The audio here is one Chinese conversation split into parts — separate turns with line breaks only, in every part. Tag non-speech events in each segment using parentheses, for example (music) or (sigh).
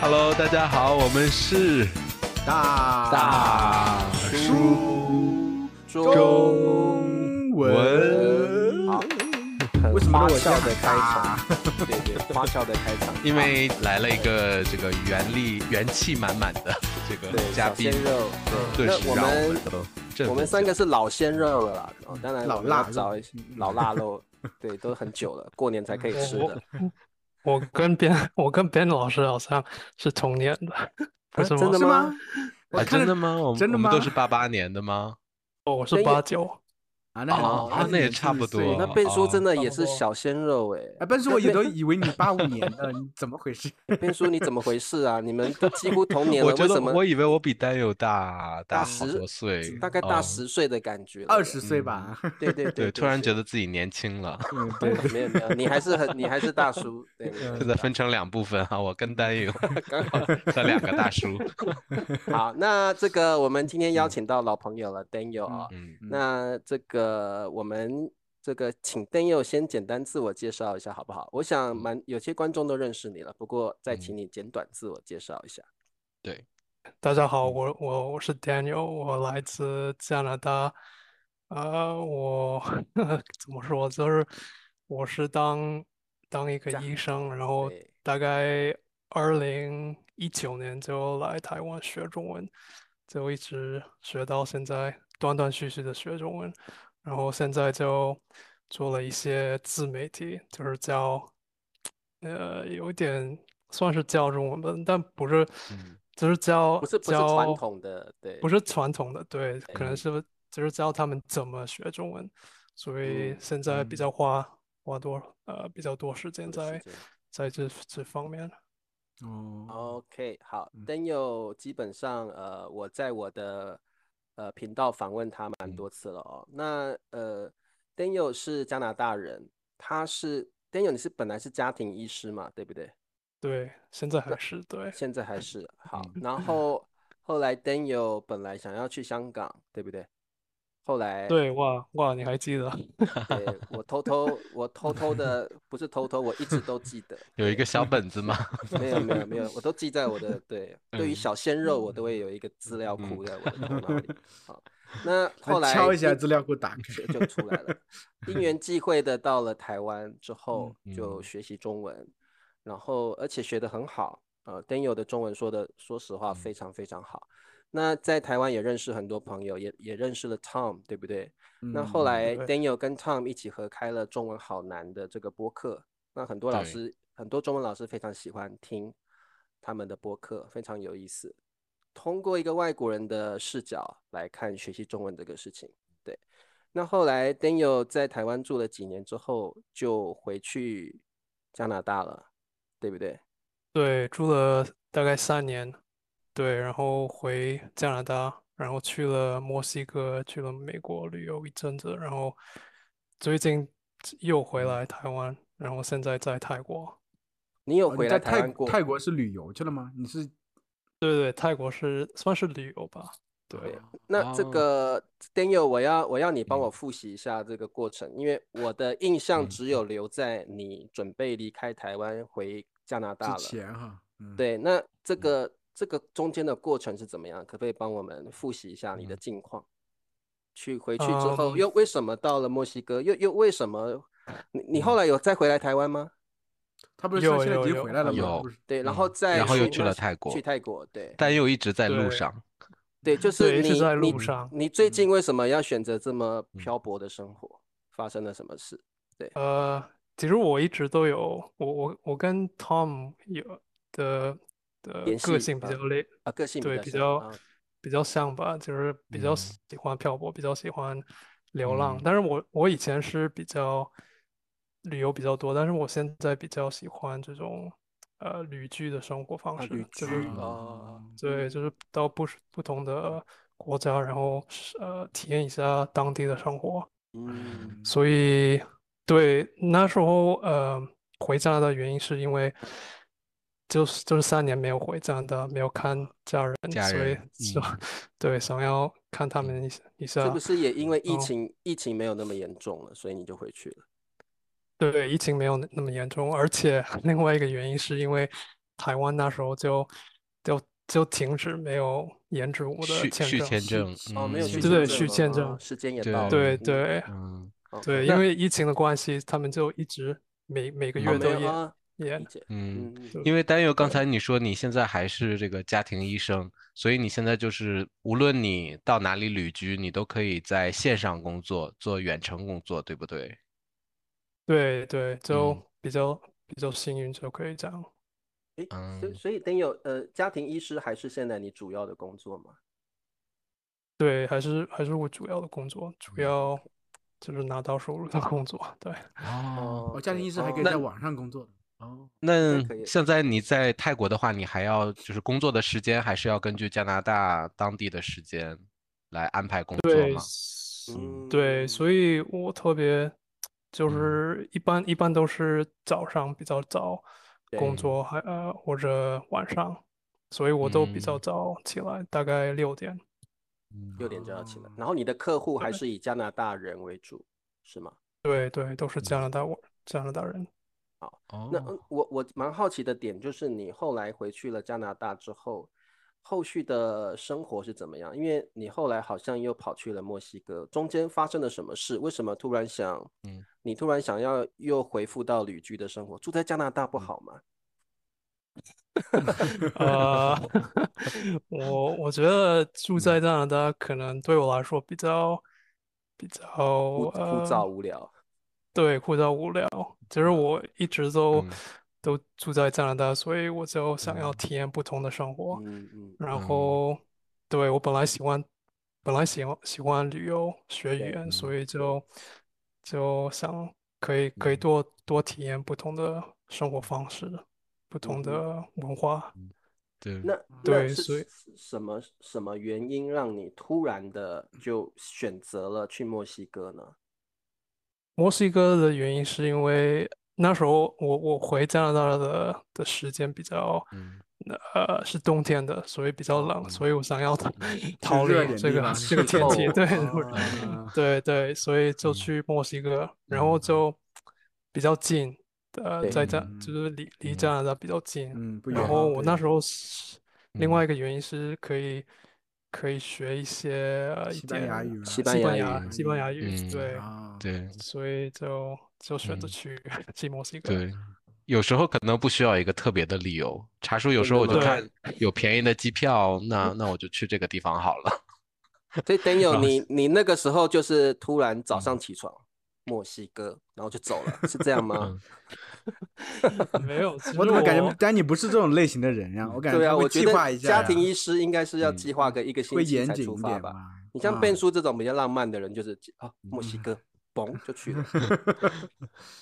Hello，大家好，我们是
大
大
叔
中文，
好
为什么
花
我
俏的
这
开
样
场
打，
对对，花俏的开场，
因为来了一个这个元力元气满满的这个
对
嘉
小
宾
鲜，肉，
顿时
那我
让
们
我们都哎振奋起来
我们三个是老鲜肉了啦，哦当然
老
我们要
腊肉
找一些老腊
(laughs)
肉，对，都很久了，过年才可以吃
我
的，
我跟 Ben，我 (laughs) 跟 Ben 老师好像是同年的，不是
啊真的
是
吗
吗？我
啊，
看
真的
着
吗？我们
真的
我们都
吗
是八八年的吗？
哦，我是
那也
八九，
啊，那
哦
很
那
也
你很
差不
自律
多
那
哦
贝叔真的
差
也
不
是
多
小鲜肉哎、
哎，但是我也都以为你八五年
(laughs)
的，你怎么回事？
贝叔你怎么回事啊？你们都几乎同年
(laughs)
了，
我觉
为
得
什么
我以为我比丹友大
大
好
十
多岁，
大概大
哦，
十岁的感觉了耶？
二十岁吧？
嗯
嗯
对对
对，
对，
突然觉
得
得自己年轻了，
对，没有没有，你还是很你还是大叔，对，没有
(laughs) 现在分成两部分哈，啊我跟丹友刚好 (laughs) 这两个大叔， (laughs)
好，那这个我们今天邀请到老朋友了，Daniel 啊、
嗯，
嗯
那这个我们这个请 Daniel 先简单自我介绍一下好不好？我
嗯
想蛮有些观众都认识你了，不过再请你简短自我介绍一下。
对，
大家
嗯
好，我我我是 Daniel，我来自加拿大，呃，我 (laughs) 怎么说，就是我是当当一个
加
医生，然后
对
大概二零一九年就来台湾学中文，就一直学到现在，断断续续的学中文，然后现在就做了一些自媒体，就是教，呃，有点算是教中文吧，但不是，就是教
嗯不是不是传
教
统的对
不是传统的，对，可能
嗯
是就是教他们怎么学中文，所以
嗯
现在
嗯
比较花花多呃比较多时间
多时
在
间
在这这方面。
嗯
哦，
OK，好
嗯
，Daniel 基本上呃，我在我的呃频道访问他
嗯
蛮多次了哦。那呃，Daniel 是加拿大人，他是 Daniel，你是本来是家庭医师嘛，对不对？
对，现在还是对，
现在还是好。
嗯
然后后来 Daniel 本来想要去香港，对不对？后来
对，哇哇，你还记得？
对我偷偷我偷偷的不是偷偷，我一直都记得
有一
对
个小本子嘛，
没有没有没有，我都记在我的
(laughs)
对，对于
嗯
小鲜肉，我都会有一个资料库在我的头脑里。好，
(laughs)
那后
嗯
来
敲一下
因
资料库打开
就就出来了。因缘际会的到了台湾之后，就
嗯
学习中文，然后而且学得很好。呃，Daniel 的中文说的，说实
嗯
话非常非常好。那在台湾也认识很多朋友，也也认识了 Tom，对不对？那后
嗯
来
对
Daniel 跟 Tom 一起合开了《中文好难》的这个播客，那很多
对
老师，很多中文老师非常喜欢听他们的播客，非常有意思。通过一个外国人的视角来看学习中文这个事情，对。那后来 Daniel 在台湾住了几年之后，就回去加拿大了，对不对？
对，住了大概三年，对，然后回加拿大，然后去了墨西哥，去了美国旅游一阵子，然后最近又回来台湾，然后现在在泰国。
你有
哦
回
你在
来台
泰
湾过？
泰国是旅游去了吗？你是
对对，泰国是算是旅游吧，对。
那这
哦
个 Daniel，我要我要你帮
嗯
我复习一下这个过程，因为我的印象
嗯
只有留在你准备离开台湾回加拿大
之
了。
前哈？嗯，
对，那这个这个中间的过程是怎么样？可不可以帮我们复习一下你的
嗯
近况？去回去之后，
嗯
又为什么到了墨西哥？又又为什么？你你
嗯
后来有再回来台湾吗？
他不是说
有
现在已
有
经
有
回来了吗？
有
不是
对，然后
嗯
再
然后又
去
去了泰国
去泰国，对
丹友一直在路
对
上。
对，就
对
是
一直
你
在
你
路上嗯
你最近为什么要选择这么
嗯
漂泊的生活？发生了什么事？
呃，其实我一直都有，我我我跟 Tom 有的的
联系
个性比
啊
较类，
啊，个性
对，
比
比
较像
较
啊
比较像吧，就是比较
嗯
喜欢漂泊，比较喜欢流浪。
嗯
但是我我以前是比较旅游比较多，但是我现在比较喜欢这种呃旅居的生活方
啊
式，
旅
哦
就
居
是
啊，
对，就是到不是不同的国家，然后是呃体验一下当地的生活。
嗯
所以，对，那时候呃回家的原因是因为，就是就是三年没有回家的，没有看家人，
家
所以
人
就
嗯
对想要看他们一下一
是
下
不。是也因为疫
哦
情，疫情没有那么严重了，所以你就回去了？
(laughs) 对，疫情没有那么严重，而且另外一个原因是因为台湾那时候就就就停止没有延职我的
续
签
续
证。
签证，
哦，没有
嗯
续
对对
证
续
了
签
哦
证
时间也
对
到了，
对
嗯
对
嗯
哦
对，因为疫情的关系，他们就一直每每个
哦
月
没
都
有
延
啊，
延
理。解，
嗯，
嗯嗯
因为丹佑刚才你说你现在还是这个家庭医生，所以你现在就是无论你到哪里旅居，你都可以在线上工作，做远程工作，对不对？
对对，就
嗯
比较比较幸运就可以这样。
诶，所以
嗯
所以等有呃，家庭医师还是现在你主要的工作嘛？
对，还是还是我主要的工作，主
嗯
要就是拿到收入的工作。对，
哦，
哦，家庭医生还可以
那
在网上工作的。哦，
(laughs)
那
可以
现在你在泰国的话，你还要就是工作的时间还是要根据加拿大当地的时间来安排工作
对
吗？嗯
对，所
以
以我特别就
嗯
是一般一般都是早上比较早工
对
作，还呃或者晚上，所以我都比较
嗯
早起来，大概六点。
嗯六点就要起来
嗯
哦。
然后你的客户还
对
是以加拿大人为主，是吗？
对对，都是加拿大我加拿大人。
哦
那呃我我蛮好奇的点就是，你后来回去了加拿大之后，后续的生活是怎么样？因为你后来好像又跑去了墨西哥，中间发生了什么事？为什么突然想，
嗯
你突然想要又回复到旅居的生活？住在加拿大
嗯
不好吗？
呃，我我觉得住在
嗯
加拿大可能对我来说比较比较
枯枯
呃，
燥嗯无聊，
对，枯燥无聊。其实我一直都
嗯
都住在加拿大，所以我就想要
嗯
体验不同的生活。
嗯嗯，
然
嗯
后，对，我本来喜欢，本来喜欢喜欢旅游、学
对
语言，所
嗯
以就就想可以可以
嗯
多多体验不同的生活方式、不同
嗯
的文化。
对，
那那
对
是
所以
是什么什么原因让你突然的就选择了去墨西哥呢？
墨西哥的原因是因为那时候我我回加拿大的的时间比较，
嗯
呃，是冬天的，所以比较冷，所以我想要逃 (laughs) 逃
热
离
点
这
地
个
方
这个天气，
哦
对
啊
(laughs) 对对，所以就
嗯
去墨西哥，然后
嗯
就比较近，呃，在加
嗯
就是离离
嗯
加拿大比较近，
嗯，不
然
远
后我
不
那
远
时候是另
嗯
外一个原因是可以可以学一些呃一
西班牙
点
语啊，
西班
西
牙
班牙
语
西班牙语，
嗯
对。
啊，
对
所以就就选择
嗯
去 (laughs) 去墨西哥。
对，有时候可能不需要一个特别的理由。茶叔有
真
时候我
的
就
吗
看有便宜的机票，那那我就去这个地方好了。 (laughs)
所以 Daniel，
后
你你那个时候就是突然早
嗯
上起床，墨西哥，然后就走了，是这样吗？
嗯
没有，其实
我怎么感觉
我
丹尼不是这种类型的人呀？我感
对
觉
啊，
他会
我觉
计划
得
一下
家
呀
庭医师应该是要
嗯
计划个一个星
会
期
严
才
谨
出
一
发
点
吧。
吧。
你像
啊
变，叔这种比较浪漫的人，就是啊，墨
嗯
西哥，嘣就去
(laughs)
了。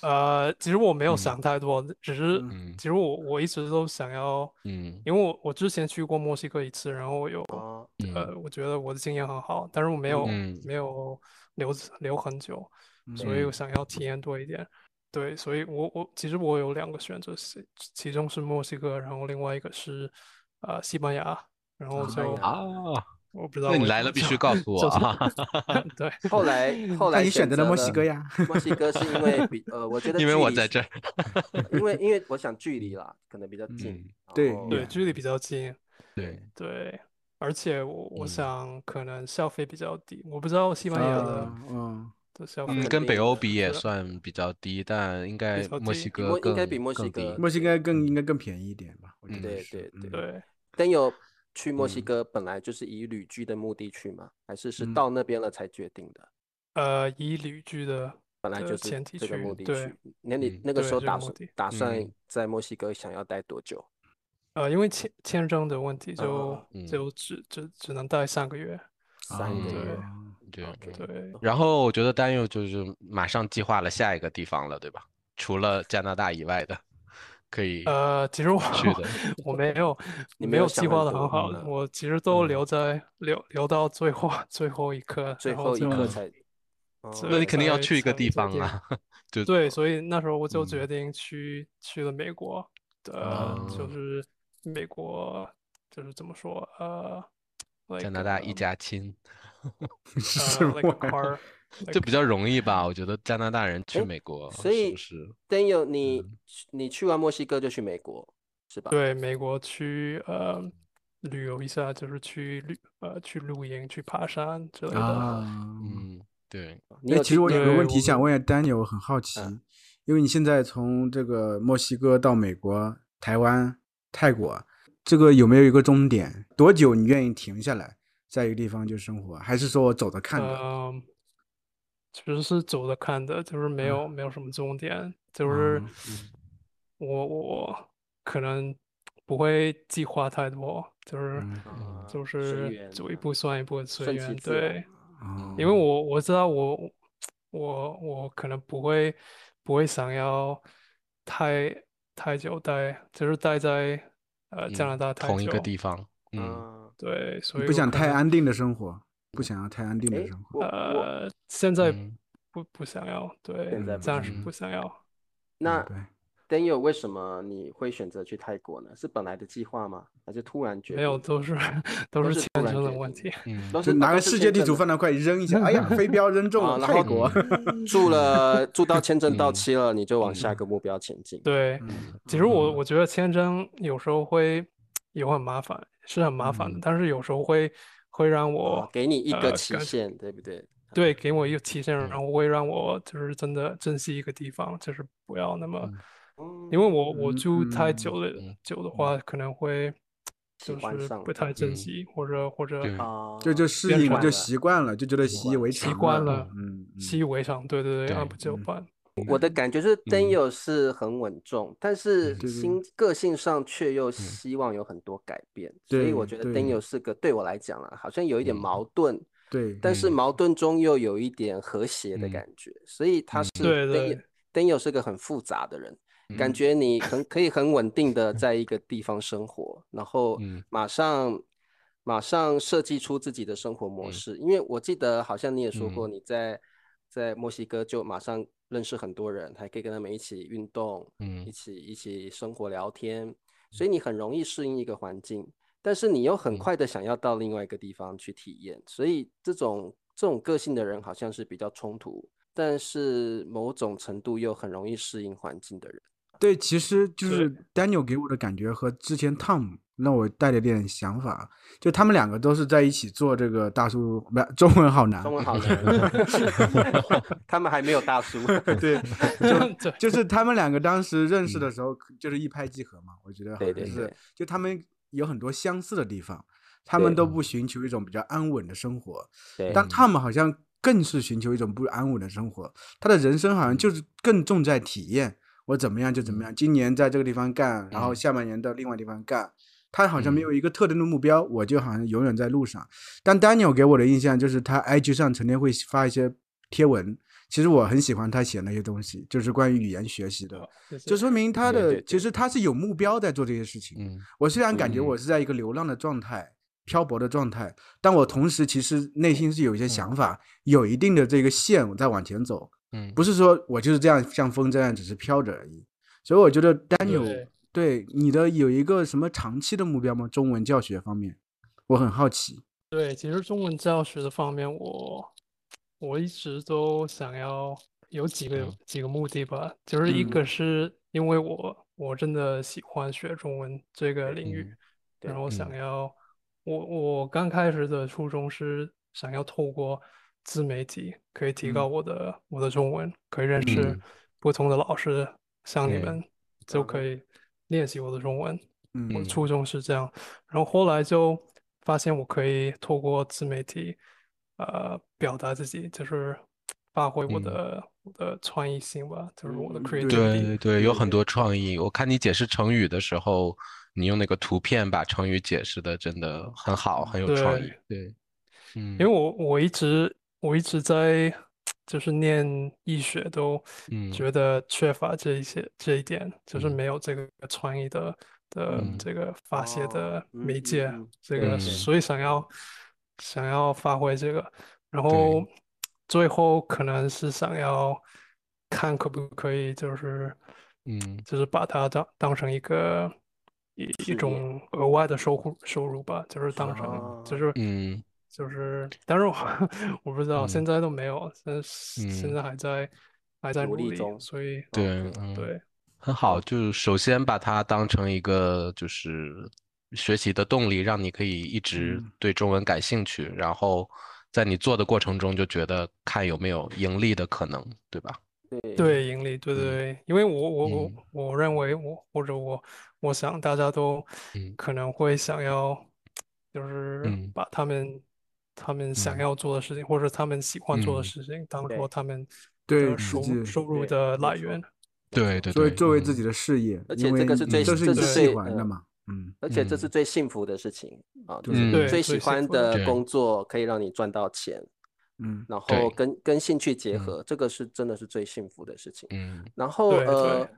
呃，其实我没有
嗯
想太多，只是
嗯
嗯
其实我我一直都想要，
嗯
因为我我之前去过墨西哥一次，然后我有
哦，
嗯
呃，我觉得我的经验很好，但是我没有
嗯
没有留留很久，所以
嗯
我想要体验多一点。对，所以我我其实我有两个选择，是其中是墨西哥，然后另外一个是呃西班牙，然后
西班
就
牙
啊，
我不知道
那你
为什
来
么
了必
就
须告诉我
就是
啊！
(laughs) 对，
后来后
那
来
你选择了墨西哥呀？
墨西哥是因为
(laughs)
比呃，我觉得
因为
距
我
离
在
是
这儿，
因为因为我想距离啦，可能比较近。
嗯
然
对
后
对，距离比较近，
对，
对，而且我我
嗯
想可能消费比较低，我不知道西班牙的
啊嗯，
的消
嗯，
费
跟北欧比
是
也
的
算比较低，但应该
较
墨
低
西
比
哥
墨应该比
更
墨西
更
哥
低
嗯墨西哥更应该更便宜一点吧？我觉
嗯
得
对
是
对对
对。
Daniel 去墨西
嗯
哥本来就是以旅居的目的去吗？还是是
嗯
到那边了才决定的？
呃，以旅居的
本来
的
就是
前提
这个
去
目的
对
去。那你
嗯
那个
对
时候
这个
打
目
算
的
打算
嗯
在墨西哥想要待多久？
呃，因为签签证的问题就
啊
嗯
就只只只能待三个月，
三
嗯
个
对
月。
哦 (laughs)
对。
OK，
对，
然后我觉得丹佑就是马上计划了下一个地方了，对吧？除了加拿大以外的，可以
呃，其实我
去的。
我没有
你
没
没有
有
想
计
很
划的
多
很好，
嗯
我其实都
嗯
留在留留到最后最后一刻，
最
然
后
后
一
就
刻
嗯
才。哦
这
那你肯定要
才
去一个
才
地
决
方
定
啊，就
对，所以那时候我就决
嗯
定去去了美国，呃，就
哦
是美国，就是怎么说，呃，like
加拿 (laughs) 大一
um,
家亲，
什
呃
么啊
，like a
玩意儿
car，
这比较容易吧？我觉得加拿大人去
诶
美国
所
是
以
不是？
嗯
Daniel，你去你去完墨西哥就去美国，是吧？
对，美国去呃旅游一下，就是去旅呃去露营、去爬山之类的。
啊，
嗯，对，
你
那
有
哎其实我有
对
个问
我
题想问一下 Daniel，我很好奇，因为你现在从这个墨西哥到美国、台湾、泰国，这个有没有一个终点？多久你愿意停下来，在一个地方就生活？还是说我走着看着？
嗯，其实是走着看的，就是没有没有什么终点，就是
嗯
我我可能不会计划太多，就是
嗯
啊
就
随
是
缘
走一
啊
步算一步，随
顺
缘，
其自然嗯
对。
哦
因为我我知道我我我可能不会不会想要太太久待，就是待在呃加
嗯
拿大太
同一个
久，
地方，嗯，
啊，
对，所
你
以
不
我
想
可
太
能
安定的生活，不想要太安定的
哎
生活。
我我
呃现在
嗯
不不想要，对，
现在不嗯
暂时
想
不想要。
那
嗯对，
Daniel 为什么你会选择去泰国呢？是本来的计划吗？还是突然决
没有，
定
都是
都
都是
是
签
突然
证的
决
问
定
题。 (laughs)
嗯
都
就是拿
都
个
是
世
签
界地
证
图
的
放到快扔一下，哎呀，飞镖扔中
啊
了
然
泰
后
国。(laughs)
嗯
住了住到签证到
嗯
期了，你就往下一个目标前进。
对，
嗯
其实我我觉得签证有时候会有很麻烦，是很麻烦的，
嗯
但是有时候会会让
啊
我
给你一个
呃
期
感
限，对不对？
对，给我一个提醒，
嗯
然后会让我就是真的珍惜一个地方，就是不要那么，
嗯
因为我我住太
嗯
久了，
嗯
久的话可能会
喜
就
欢
是
上
不太珍
嗯
惜，或者或者
对
啊，
就就适
变
应了，
成
就
了
习惯了，就觉得
习
习以
惯
为
习
常
惯了
嗯，嗯
习以为常，对对对，按
对
部就
嗯
班，
我的感觉是
嗯
Daniel 是很稳重，但是
对对嗯
心个性上却又希望有很多改变，所以我觉
对
得
对
Daniel 是个对我来讲啦，好像有一点
嗯
矛盾，
对，
但是
嗯
矛盾中又有一点和谐的
嗯
感觉，所以他
嗯
是
对
Daniel
对
Daniel 是个很复杂的人，感
嗯
觉你很可以很稳定的在一个地方生活，然后
(laughs) 嗯
马上马上设计出自己的生活模
嗯
式，因为我记得好像你也说
嗯
过你在在墨西哥就马上认识很多人，还可以跟他们一起运动，一 (laughs)
嗯
起一起生活聊天，所以你很容易适应一个环境。但是你又很
嗯
快的想要到另外一个地方去体验，所以这种这种个性的人好像是比较冲突，但是某种程度又很容易适应环境的人。
对，其实就
对
是 Daniel 给我的感觉和之前 Tom 让我带了点想法，就他们两个都是在一起做这个大叔，不，中文好难
中，文好 (laughs) 难，他们还没有大叔。
对，
(laughs) 对
(laughs) 就是他们两个当时认识
嗯
的时候，就是一拍即合嘛，我觉得好
对
像
对
是
对，
就他们有很多相似的地方，他们
对
都不寻求一种比较安稳的生活，
对
嗯
但 Tom 好像更是寻求一种不安稳的生活，他的人生好像就是更重在体验，我怎么样就怎么样，今年在这个地方干，然后
嗯
下半年到另外地方干。他好像没
嗯
有一个特定的目标，我就好像永远在路上。但 Daniel 给我的印象就是他 IG 上成天会发一些贴文，其实我很喜欢他写那些东西，就是关于语言学习的，
谢
就
谢
说明他
哦对
的
对
其
对
实他是有目标在做这些事情。
嗯
我虽然感觉
嗯
我是在一个流浪的状态、漂泊的状态，但我同时其实内心是有一
嗯
些想法，有一定的这个线我在往前走，
嗯
不是说我就是这样像风这样只是飘着而已。所以我觉得 Daniel
对
对你的有一个什么长期的目标吗？中文教学方面，我很好奇。
对，其实中文教学的方面，我我一直都想要有几个
嗯
几个目的吧，就是一
嗯
个是因为我我真的喜欢学中文这个领域
嗯，
对
然后想
嗯
要我我刚开始的初衷是想要透过自媒体可以提
嗯
高我的我的中文，可以认识
嗯
不同的老师，像你
对
们就
嗯
可以练习我的中文。
嗯
我的
嗯
初衷是这样，然后后来就发现我可以透过自媒体，呃，表达自己，就是发挥我
嗯
的、我的创意性吧，就是我的
嗯
creativity。
对对对，有
对
很
对
多创意。我看你解释成语的时候，你用那个图片把成语解释的真的很好，很有创意。对，嗯，
因为我我一直我一直在就是念医学，都
嗯
觉得缺乏这一些这一点，就是
嗯
没有这个创意的的
嗯
这个发泄
哦
的
嗯
媒
嗯
介，
嗯
这
对
个
对
所以想要想要发挥这个，
对
然后最后可能是想要看可不可以就是
嗯
就是把它当当成一个一
事
一
业
种额外的收入收入吧，就是当成就
啊
是
嗯
就是，但是我 (laughs) 我不知道，
嗯
现在都没有，现在现
嗯
在还在还在
努
努
力
力，
中
所以
对嗯
对
很好，就是首先把它当成一个就是学习的动力，让你可以一直
嗯
对中文感兴趣，然后在你做的过程中就觉得看有没有盈利的可能，对吧？
对
对，盈利，对
嗯
对对，因为我我我
嗯
我认为我或者我我想大家都
嗯
可能会想要，就是
嗯
把他们他们想
嗯
要做的事情，或者他们喜欢做的
嗯
事情，当
对
做他们
对
的
自
收
己
收入
对
的
没
来
错
源。
对对
作为
对，
作为
嗯
自己的事业，
而
因
且这
为
个是
你
最
都是
这
你
是
喜
最
欢的
嗯
嘛，嗯，
而且这是
嗯
最幸福的事情啊，就
嗯
是
对
最喜
最幸
欢
福的
的
对
工作可以让你赚到钱，
嗯，
然
对
后跟跟兴趣结
嗯
合，这个是真的是最幸福的事情。
嗯
然后
对对
呃，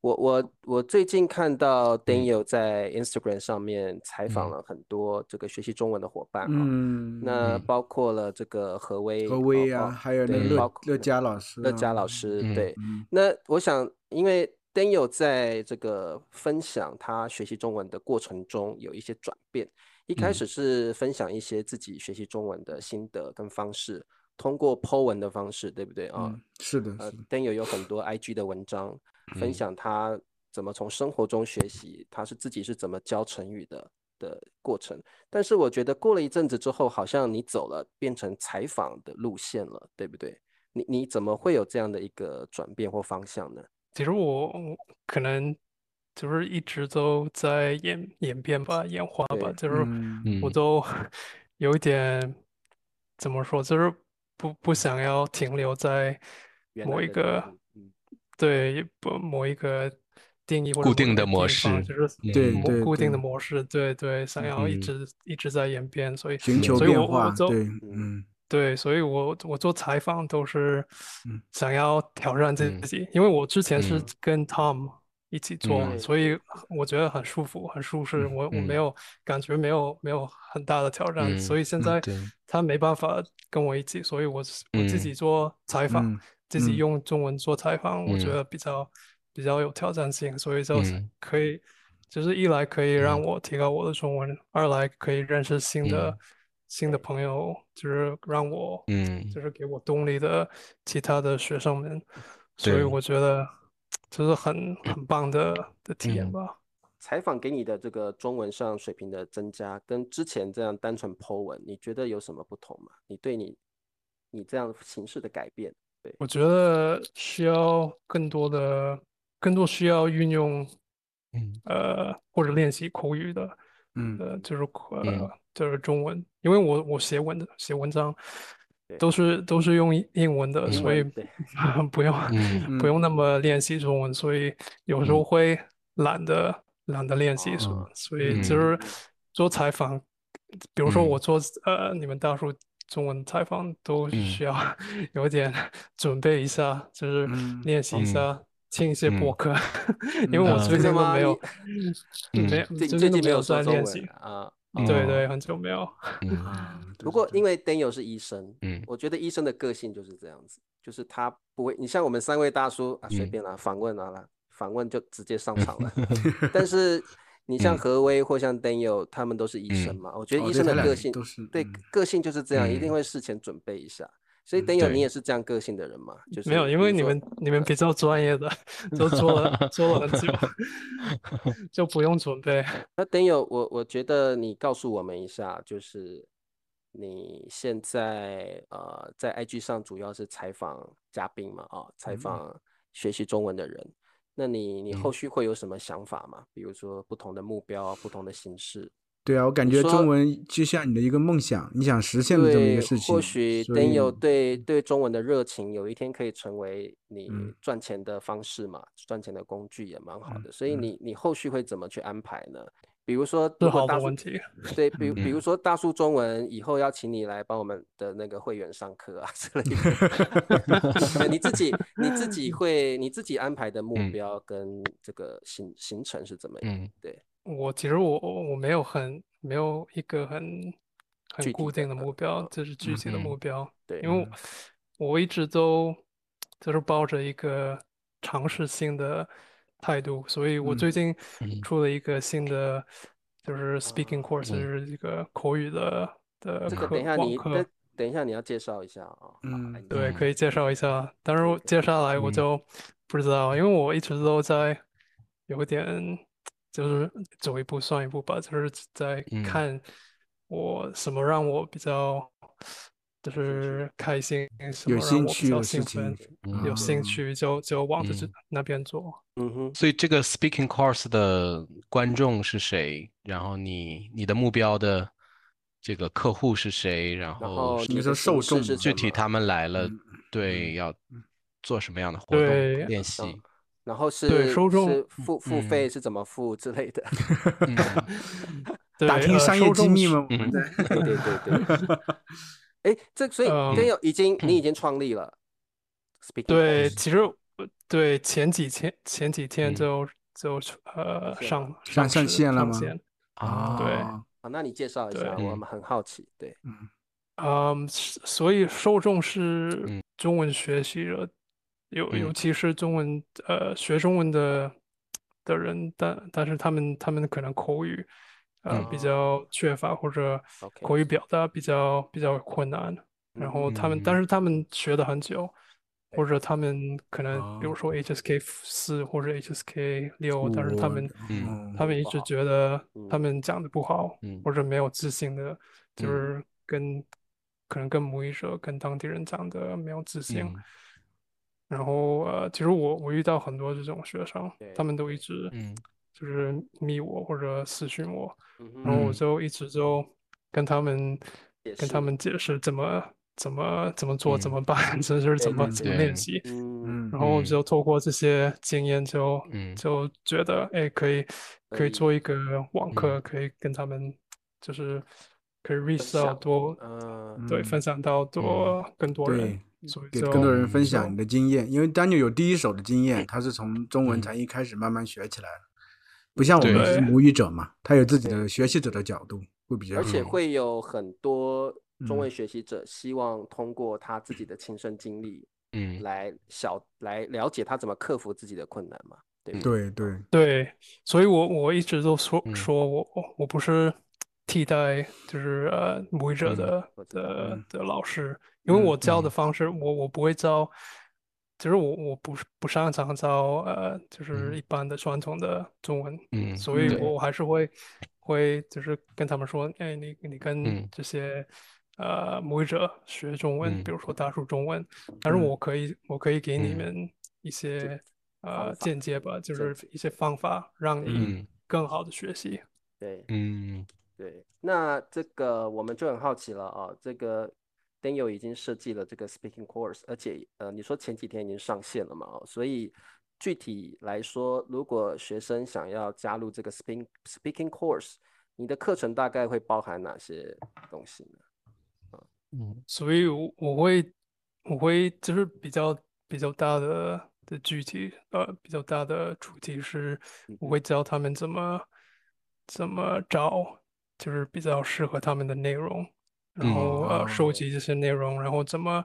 我我我最近看到
嗯
Daniel 在 Instagram 上面采访
嗯
了很多这个学习中文的伙伴啊，
嗯，
那
嗯
包括了这个何威，
何
哦
威
包
呀，还有那
对，
个
包
乐
括
乐嘉老师，啊
乐嘉老，师，
嗯
对。
嗯
那我想，因为 Daniel 在这个分享他学习中文的过程中有一些转变，一开
嗯
始是分享一些自己学习中文的心得跟方式，通过 Po 文的方式，对不对啊？
嗯，是的，
呃
是的，
，Daniel 有很多 IG 的文章，分
嗯
享他怎么从生活中学习，他是自己是怎么教成语的的过程。但是我觉得过了一阵子之后，好像你走了变成采访的路线了，对不对？你你怎么会有这样的一个转变或方向呢？
其实我我可能就是一直都在演演变吧，演化吧，
对
就是
嗯
我
嗯
都 (laughs) 有一点怎么说，就是不不想要停留在
原
某
来
一
的
个
嗯嗯
对不某一个定义
固
或者某
定
一
的
个
模
地
式
方，就是
对
嗯
模
对
固定的
对
模式，对对，想要一
嗯
直一直在演变，所以
寻求
所以
变
我我我
化，
走。
对，
嗯
嗯
对，所以我我做采访都是
嗯
想要挑战自
嗯
己，因为我之前是
嗯
跟 Tom 一起做嘛，
对
所以我觉得很舒服，很舒适，
嗯
我我
嗯
没有感觉没有没有很大的挑战，所
嗯
以现
嗯
在
对
他没办法跟我一起，所以我是我自
嗯
己做采访，
嗯
自己
嗯
用中文做采访，我觉
嗯
得比较比较有挑战性，所以就是
嗯
可以，就是一来可以让
嗯
我提高我的中文，二来可以认识新的
嗯
新的朋友，就是让我
嗯
就是给我动力的其他的学生们，所以
对
我觉得这是
(clears throat)
很很棒的的体验
嗯
吧。
采访给你的这个中文上水平的增加，跟之前这样单纯 Po 文，你觉得有什么不同吗？你对你你这样形式的改变，对，
我觉得需要更多的，更多需要运用，
嗯
呃，或者练习口语的，
嗯
呃，就是口
嗯
呃，就是中文，因为我我写文写文章
对
都是都是用英英文的，
嗯
英
所以
文，对，
(laughs) 不用
嗯
不
嗯
用那么练习中文，所以有时候
嗯
会懒得懒得练习中
哦
文，所以
嗯
就
嗯
是做采访，比如说我
嗯
做呃你们大叔中文采访都
嗯
需要 (laughs) 有点准备一下，就是
嗯
练习一
嗯
下，听一些播
嗯
客， (laughs) 因为
嗯
我
嗯
真
最
的
近都
吗？
没
你
有
嗯
(laughs) 没有
最你
最
最
近都
近
没
没有
有
说
在
中
练
文
习，
啊？
对
哦
对，很久没有。
嗯
啊，对
不
对
过
对，
因为 Daniel 是医生，
嗯
我觉得医生的个性就是这样子，就是他不会，你像我们三位大叔啊，随
嗯
便啦、访问啊啦，访问就直接上
嗯
(laughs)
场了。但是你像
嗯
何威或像 Daniel，他们都是医生
嗯
嘛，我觉得
哦，
医
对
生
他
的
俩
个性，
都是，
对，
嗯
个性就是这样，一
嗯
定会事前准备一下。所以
嗯
Daniel 你
对
也是这样个性的人嘛？就
没有，
是
因
比
为
如
你
说，
们你们比较专业的，
(laughs)
都做了做了很久，就不用准备。
那 Daniel，我我觉得你告诉我们一下，就是你现在呃在 IG 上主要是采访嘉宾嘛，啊、采
嗯
访学习中文的人。那你你后
嗯
续会有什么想法吗？比如说不同的目标、不同的形式。
对啊，我感
你
觉中
说
文就像你的一个梦想，你想实现的这么一个
对，
事
或
情，
许
所以
Daniel 对对中文的热情，有一天可以成为你
嗯
赚钱的方式嘛，赚钱的工具也蛮好
嗯
的。所以
嗯
你你后续会怎么去安排呢？比如说，
是
如果
好
大
的
叔，
问题。
对，比如比如
嗯
说大叔中文以后要请你来帮我们的那个会员上课啊之类的，对，你自己你自己会你自己安排的目
嗯
标跟这个行行程是怎么样？
嗯
对，
我其实我我没有很没有一个很很
具体
固
的，
定的目标，
呃，
就是具
嗯
体的目
嗯
标，
对，
因为我我一直都就是抱着一个尝试新的态度，所以我
嗯
最近
嗯
出了一个新的就是 speaking
啊，
course，就
嗯
是一个口语的的
这个等
课
一下
网
你
课。
等等一下你要介绍一下啊、好，来
嗯
你
对，
说，
可以
嗯
介绍一下，但是
可以
我
可以，
接下来我
嗯
就不知道，因为我一直都在有点就是走一步算一步吧，就是在
嗯
看我什么让我比较就是开心，什
有
么让
兴
我比
趣
较
的
兴
事情
奋，有兴
啊
趣就就往这
嗯
那边做。
嗯哼，
所以这个 speaking course 的观众是谁？然后你你的目标的这个客户是谁？然
然后
后
应
你
该说
的
受
形式
众
是
吧
具
什
体
么
他们来了，
嗯
对，
嗯
要做什么样的活动
对
练习？
然后是
对受众
是付付
嗯
费是怎么付之类
(laughs)
的，
嗯，
打
对
听
呃
商
受
业机
众
密
是
吗？我
嗯
们在
对对对对。哎，这所以
嗯
Daniel 已经你已经创立了，Speaking
对，
Course
其实呃对前几天前几天
嗯
就就呃
线
上
了
上上
市
线了
上
吗
线
嗯
啊，
对
哦
好，那你介绍一
对
下，我
嗯
们很好奇。对，
嗯，是所以受众是
嗯
中文学习者，尤
嗯
尤其是中文呃学中文的的人，但但是他们他们可能口语呃比
嗯
较缺乏，或者
OK
口语表达比较比较困难。然后他们，但
嗯
是他们学了很久，或者他们可能比如
哦
说 HSK 四或者 HSK 六，但是他
我
们
嗯
哦
他们一
不
直
好
觉得他
嗯
们讲的不好，
嗯
或者没有自信的，
嗯
就是跟可能跟母语者、跟当地人讲的没有自信。
嗯
然后呃，其实我我遇到很多这种学生，
对
他们都一直
嗯
就是密我或者私讯我，
嗯
然后我
嗯
就一直就跟他们
解
跟
释
他们解释怎么怎么怎么做、
嗯
怎么办， (laughs) 这就是怎
对
么
对
怎么
对
练习。
嗯，
嗯
然后
嗯
就透过这些经验就，
嗯
就觉得，哎，可以可
可
以
以
做一个网
嗯
课，可以跟他们就是可以 reach
分
到
享
多，
嗯，
对，
嗯
分享到多更多人，所以
给
就
更多人分
就
享你的经验，因为 Daniel 有第一手的经验，他是从中
嗯
文才一开始慢慢学起来的，不像我们
对
是母语者嘛，他有自己的学习者的角度，会比较
而且
好
会有很多
嗯
中文学习者希望通过他自己的亲身经历
嗯
来小来了解他怎么克服自己的困难嘛。对不对，
对对，
对，所以我我一直都说
嗯
说我我我不是替代就是呃母语者
嗯
的
我知道
的
嗯
的老师，因为我
嗯
教的
嗯
方式，我我不会教，就是我我不是不擅长教呃就是
嗯
一般的传统的中文，
嗯
所以
对
我还是会会就是跟他们说，哎，你你跟
嗯
这些呃母语者学中文，
嗯
比如说大数中文，但是
嗯
我可以我可以给你
嗯
们一些呃
方法
间接吧，就
见
是
解
一些方法让你
嗯
更好的学习。
对
嗯
对，那这个我们就很好奇了啊，这个 Daniel 已经设计了这个 Speaking Course，而且呃，你说前几天已经上线了嘛，哦，所以具体来说，如果学生想要加入这个 Speaking Speaking Course，你的课程大概会包含哪些东西呢？
嗯
所以我，我会我会就是比较比较大的的具体呃比较大的主题是
嗯，
我会教他们怎么怎么找，就是比较适合他们的内容，然
嗯
后呃收
哦
集这些内容，然后怎么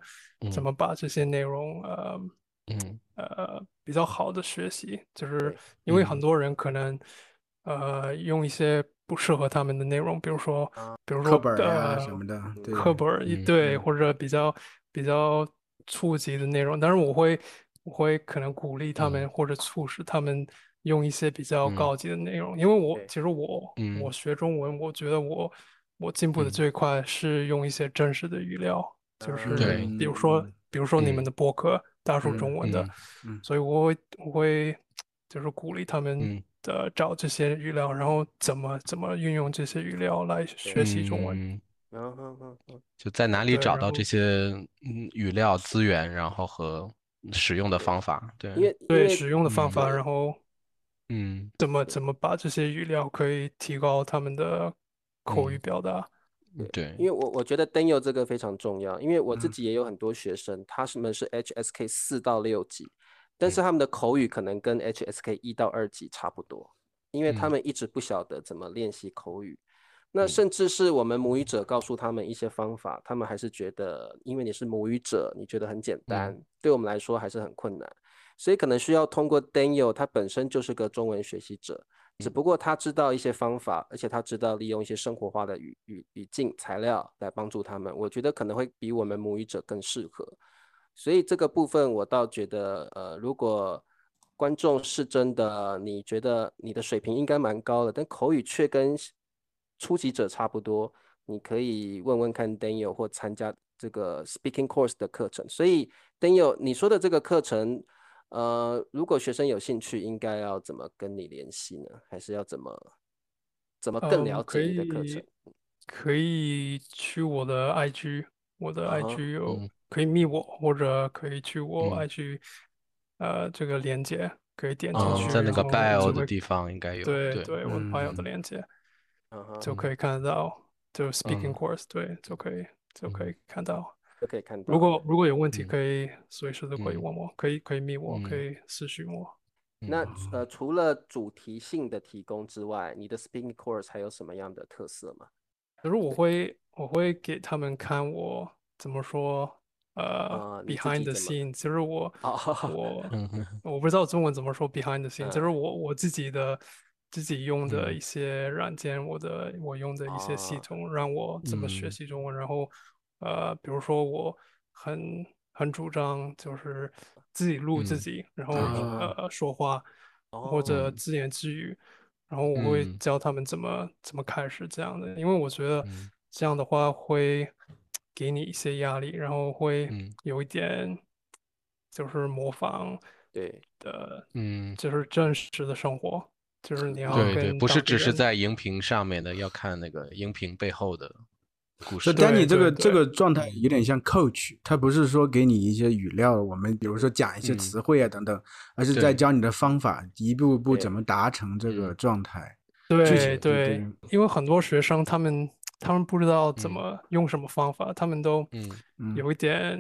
怎
嗯
么把这些内容呃。
嗯
呃比较好的学习，就是
对
因为很
嗯
多人可能呃用一些不适合他们的内容，比如说比如
啊课
说
本儿呀
呃
什么的，对
课本儿一
嗯
对
嗯
或者比较比较初级的内容，但是我会我会可能鼓励他们
嗯
或者促使他们用一些比较
嗯
高级的内容，因为我
对
其实我
嗯
我学中文，我觉得我我进步的
嗯
最快是用一些真实的语料。就是
对
比如说
嗯，
比如说你
嗯
们的播客大数
嗯
中文的
嗯，
嗯
所以我会我会就是鼓励他们
嗯
的找这些语料，然后怎么怎么运用这些语料来学习中文。
嗯
嗯哼哼哼，
就在哪里
对
找
然
到这
后
些嗯语料资源，然后和使用的方法，对，
因为因
对
为
使用的方
嗯
法，
对
然后
嗯
怎么怎么把这些语料可以提高他们的口语
嗯
表达。
对
因为我我觉得 Daniel 这个非常重要，因为我自
嗯
己也有很多学生，他是们是 HSK 四到六级，但是
嗯
他们的口语可能跟 HSK 一到二级差不多，因为他
嗯
们一直不晓得怎么练习口语。那
嗯
甚至是我们母语者告诉他们一些方法，他们还是觉得，因为你是母语者，你觉得很简单，
嗯
对我们来说还是很困难，所以可能需要通过 Daniel，他本身就是个中文学习者，
嗯
只不过他知道一些方法，而且他知道利用一些生活化的语语语境材料来帮助他们，我觉得可能会比我们母语者更适合。所以这个部分我倒觉得，呃，如果观众是真的，你觉得你的水平应该蛮高的，但口语却跟初级者差不多，你可以问问看 Daniel 或参加这个 Speaking Course 的课程。所以 Daniel，你说的这个课程，呃，如果学生有兴趣，应该要怎么跟你联系呢？还是要怎么怎么更
嗯
了
可
解你的课
以
程？
可以去我的 IG，我的
啊哈
IG 有
嗯
可以密我，或者可以去我
嗯
IG，呃，这个链接可以点进
嗯，
去，
在那
然
个
后
bio
就
的
会
地方应该有，
对
对，
对，我的 bio
嗯
的链接
嗯哼，
就
嗯
可以看得到，就 speaking
嗯
course，对，就可以就可
嗯
以看到。
就可以看
如
到。
果如果有问题，
嗯
可以随时都可以
嗯
问我，可以可以密我，可
嗯
以私信我。
那
嗯
呃，除了主题性的提供之外，你的 Speaking Course 还有什么样的特色吗？
可是我会我会给他们看我怎么说，呃
啊、你自
，behind
己
the
怎么？
scene，就是我
哦，
我
嗯嗯
我不知道中文怎么说 behind the scene，就是
嗯
我我自己的自己用的
嗯
一些软件，我的我用的一些系
啊
统，让我怎么学
嗯
习中文。然后，呃，比如说我很很主张就是自己录自
嗯
己，然后
对
啊
呃说话或者
哦，
嗯
自言自语，然后我会
嗯
教他们怎么怎么开始这样的，因为我觉得
嗯
这样的话会给你一些压力，然后会
嗯
有一点就是模仿
对，
的，
嗯，
就是真实的生活，就是你要
对对，
跟
不是
当地
只是
人，
在荧屏上面的，要看那个荧屏背后的故事。
所以 Danny
对
这
对
个这
对
个状态有点像 coach，他不是说给你一些语料，我们比如说讲一些
嗯，
词汇啊等等，而是在
对，
教你的方法，一步步怎
对，
么达成这个
嗯
状态。具体
对
的就对
对，因为很多学生他们他们不知道
嗯
怎么用什么方法，他们都
嗯
嗯
有一点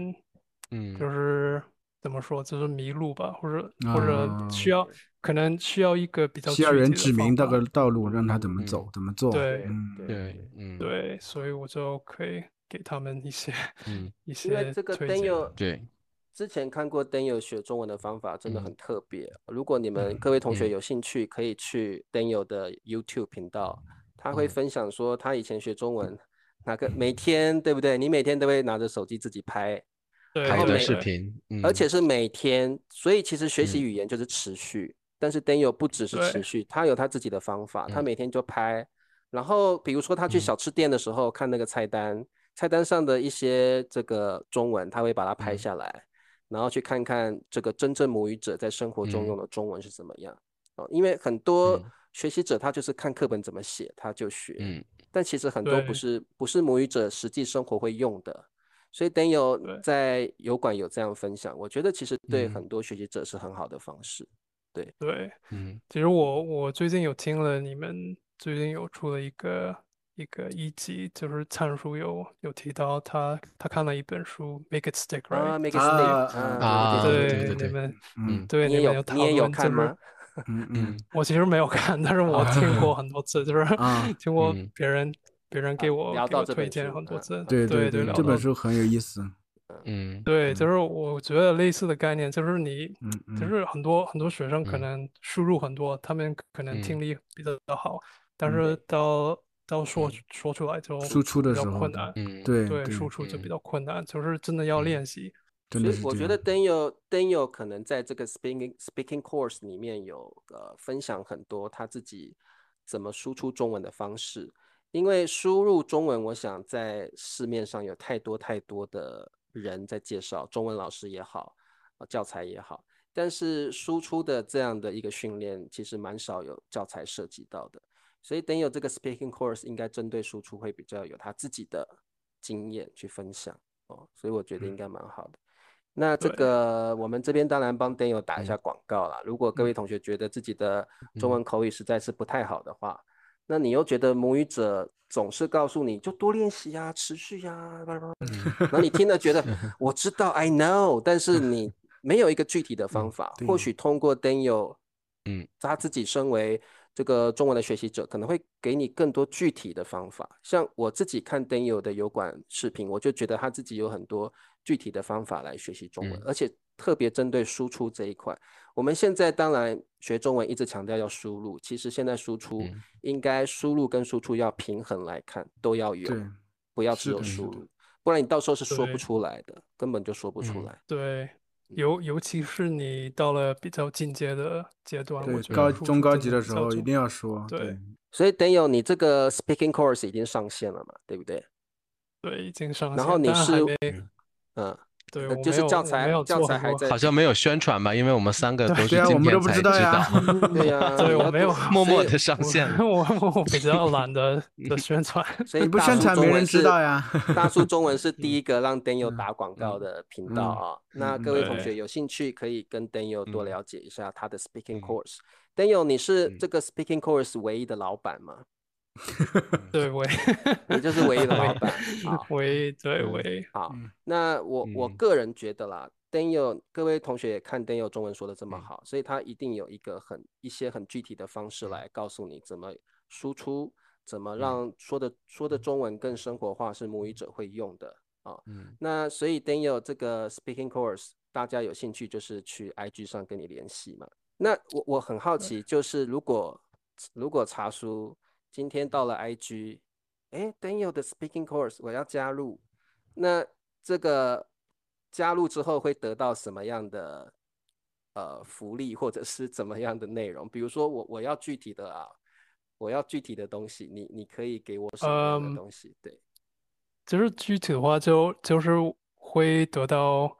嗯
就是怎么说，就是迷路吧，或者或者需
啊，
要
对，
可能需要一个比较
需要
具
人
体的
指
方
明那
法。
个道路，让他怎么
嗯，
走，
嗯，
怎么做。
对
对
嗯
对
对，
对，
嗯
对，所以我就可以给他们一些
嗯
(laughs) 一
因为
些
这个
推荐。
Daniel
对，
之前看过 Daniel 学中文的方法，真的
嗯
很特别。如果你们
嗯
各位同学
嗯
有兴趣，可以去 Daniel 的 YouTube 频道，他会
嗯
分享说他以前学中文，哪个每天对不对？你每天都会拿着手机自己拍，然
对
拍一
后
段
对
每
视
对
频，
而
嗯
且是每天，所以其实学习
嗯
语言就是持续。但是 Daniel 不只是持
对，
续，他有他自己的方法，他
嗯
每天就拍。然后比如说他去
嗯
小吃店的时候，看那个菜单，菜单上的一些这个中文，他会把它拍
嗯
下来，然后去看看这个真正母语者在生活中用
嗯
的中文是怎么样。哦，因为很多
嗯
学习者他就是看课本怎么写，他就学，
嗯
但其实很多不
对
是不是母语者实际生活会用的。所以 Daniel
对
在油管有这样分享，我觉得其实对
嗯
很多学习者是很好的方式。对，
对。
嗯
其实我我最近有听了你们最近有出了一个一个一集，就是灿叔有有提到他他看了一本书《Make It Stick》，right？
啊，make
就
it
是
stick
啊啊，
啊，
对
对
对
啊，
对对对
对对
对，
对你
对，
们
嗯
嗯
对
你
你
也
们
有
有
你
讨
也有
论，
看
就是
吗？
嗯嗯
嗯
我其实没有看，但是我听
啊
过很多次，就是 (laughs)
啊
听过
嗯
别人别人
啊，
给我
聊
给
到
我
这
推
本
荐
书，
很多
嗯
次， (laughs)
对对
对对，
对，
聊
这
嗯
本
到
书很有意思。
嗯
嗯
对，
嗯
就是我觉得类似的概念，就是你，
嗯
就
嗯
是很多很多学生可
嗯
能输入很多，他们可能听
嗯
力比较好，但
嗯，
是到到说
嗯
说出来就
输出
比
的
较
时候
困
的，
难，
嗯
对
对，
对，
输出就比
嗯
较困难，就是真的要
嗯
练习。
真
所
的
以
是
我
这
觉
样。
得 Daniel Daniel 可能在这个 speaking speaking course 里面有呃分享很多他自己怎么输出中文的方式，因为输入中文，我想在市面上有太多太多的人在介绍，中文老师也好，呃教材也好，但是输出的这样的一个训练，其实蛮少有教材涉及到的，所以 Daniel 这个 speaking course 应该针对输出会比较有他自己的经验去分享哦，所以我觉得
嗯
应该蛮好的。那这
对，
个我们这边当然帮 Daniel 打一下
嗯
广告啦。如果各位
嗯
同学觉得自己的中
嗯
文口语实在是不太好的话，那你又觉得母语者总是告诉你就多练习呀、持续呀、叭叭叭
嗯
然后你听了
(laughs)
觉得我知道 I know，但是你没有一个具体的方
嗯
法。或
对，
许通过 Daniel
嗯
他自己身为这个中文的学习者，可能会给你更多具体的方法。像我自己看 Daniel 的油管视频，我就觉得他自己有很多具体的方法来学习中文，
嗯
而且特别针对输出这一块。我们现在当然学中文一直强调要输入，其实现在输出
嗯
应该输入跟输出要平衡来看，都要有，
对，
不要只
是
有
的，是
嗯
输
的，
入，不然你到时候是说不
对，
出来的，根本就说不出
嗯
来。
对。尤尤其是你到了比较进阶的阶段，
对
我觉得
高
付出
中高
真
级
的
的
比
时
较
候一
重
定要说，
对
对
所以等有你这个 speaking course 已经上线了嘛，对不对？
对已经上线，
然后你
但还
是
没
嗯，
对，
呃
我
就
没
是
有
教
我
材
没有
教
做
材
很
还
多
在
好像没有宣传吧，因为我们三个都是
对啊，我
今
们都
天
不
才
知道呀。
(laughs) 对呀、
(laughs) 对
你
我
要
没有
默
所
默
以
的上
(laughs)
线。
我我我比较
(laughs)
懒得的宣传，
所以
你不
大
宣
叔
传
中
没
文
人知
是
道呀
大叔中
(laughs)
文是第一个让 Daniel
嗯
打广告
嗯
的频道啊、
嗯
那
嗯
各位同
对
学有兴趣可以跟 Daniel 多
嗯
了解一下他的 speaking
嗯
course。Daniel，你是
嗯
这个 speaking course 唯一的老板吗？
对我也，
你就是唯一的
(laughs)
老板好
我也对
嗯
我也
好，
嗯
那我我
嗯
个人觉得啦，Daniel 各位同学也看 Daniel 中文说的这么
嗯
好，所以他一定有一个很一些很具体的方式来告诉你怎么输出，怎么
嗯
让说的说的中文更生活化，是母语者会用的啊。
嗯，
那所以 Daniel 这个 speaking course，大家有兴趣就是去 IG 上跟你联系嘛。那我我很好奇，就是如果如果茶叔今天到了 IG，哎，Daniel 的 speaking course 我要加入，那这个加入之后会得到什么样的呃福利，或者是怎么样的内容？比如说我我要具体的啊，我要具体的东西，你你可以给我什么样
嗯
的东西？对，
就是具体的话就就是会得到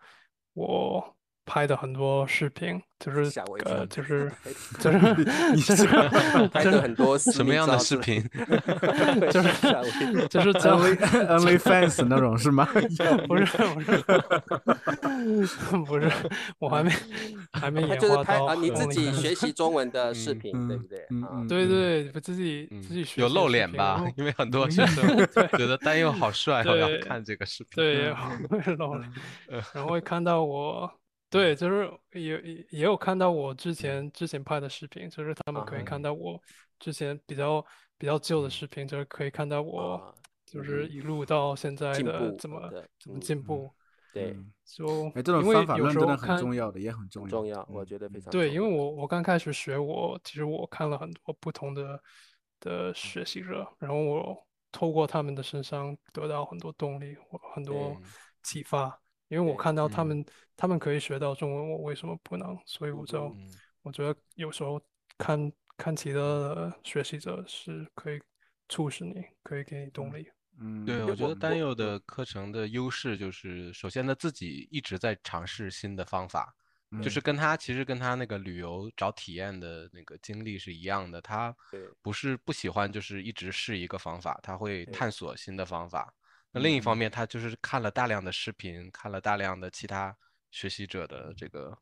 我拍的很多视频，就是
吓我一跳
呃就是
拍
就是
你
就是
这
拍的
就是
很多私
什么
密
样的
照
视
之类
频？
(laughs) 对
就是
吓我一 (laughs) 跳
就是教
，only only fans 那种是吗？
(laughs) 不
(laughs)
是不是不是，我
(laughs)
还没还没
他
演
就是
化
拍
到
啊，你自
OnlyFans
己学习中文的视
嗯
频，对不对？
嗯
啊，
嗯
对
嗯
对，我自己
嗯
自己学
有
习
露
的视
脸
频
吧？ (laughs) 因为很多学
嗯
生
对
觉得丹佑好帅，我要
对
看这个视频。
对，
嗯
(laughs) 会露脸
嗯，
然后会看到我，对，就是也也也有看到我之前之前拍的视频，就是他
啊
们可以看
嗯
到我之前比较比较旧的
嗯
视频，就是可以看到我
啊
就是
嗯
一路到现在
进
的
步
怎么
的
怎么
嗯
进步，
对，
就
哎，这种
因为
方法
有
论
时
真的
候
很
看
重要的，也很重
很
要。
重要，我
嗯
觉得非常
对，
重
因为
要
我我刚开始学我，其实我看了很多不同的的
嗯
学习者，然后我透过他们的身上得到很多动力，我很多
嗯
启发，因为我
对
看到他
嗯
们他们可以学到中文，我为什么不能？所以我就
嗯
嗯
我觉得有时候看看其他的学习者是可以促使你，可以给你动
嗯
力。
嗯，
对，我觉得丹
我
佑的课程的优势就是，首先他自己一直在尝试新的方法，就是
嗯
跟他其实跟他那个旅游找体验的那个经历是一样的，他
对
不是不喜欢就是一直试一个方法，他会
对
探索新的方法。那
嗯
另一方
嗯
面，他就是看了大量的视频，看了大量的其他学习者的这个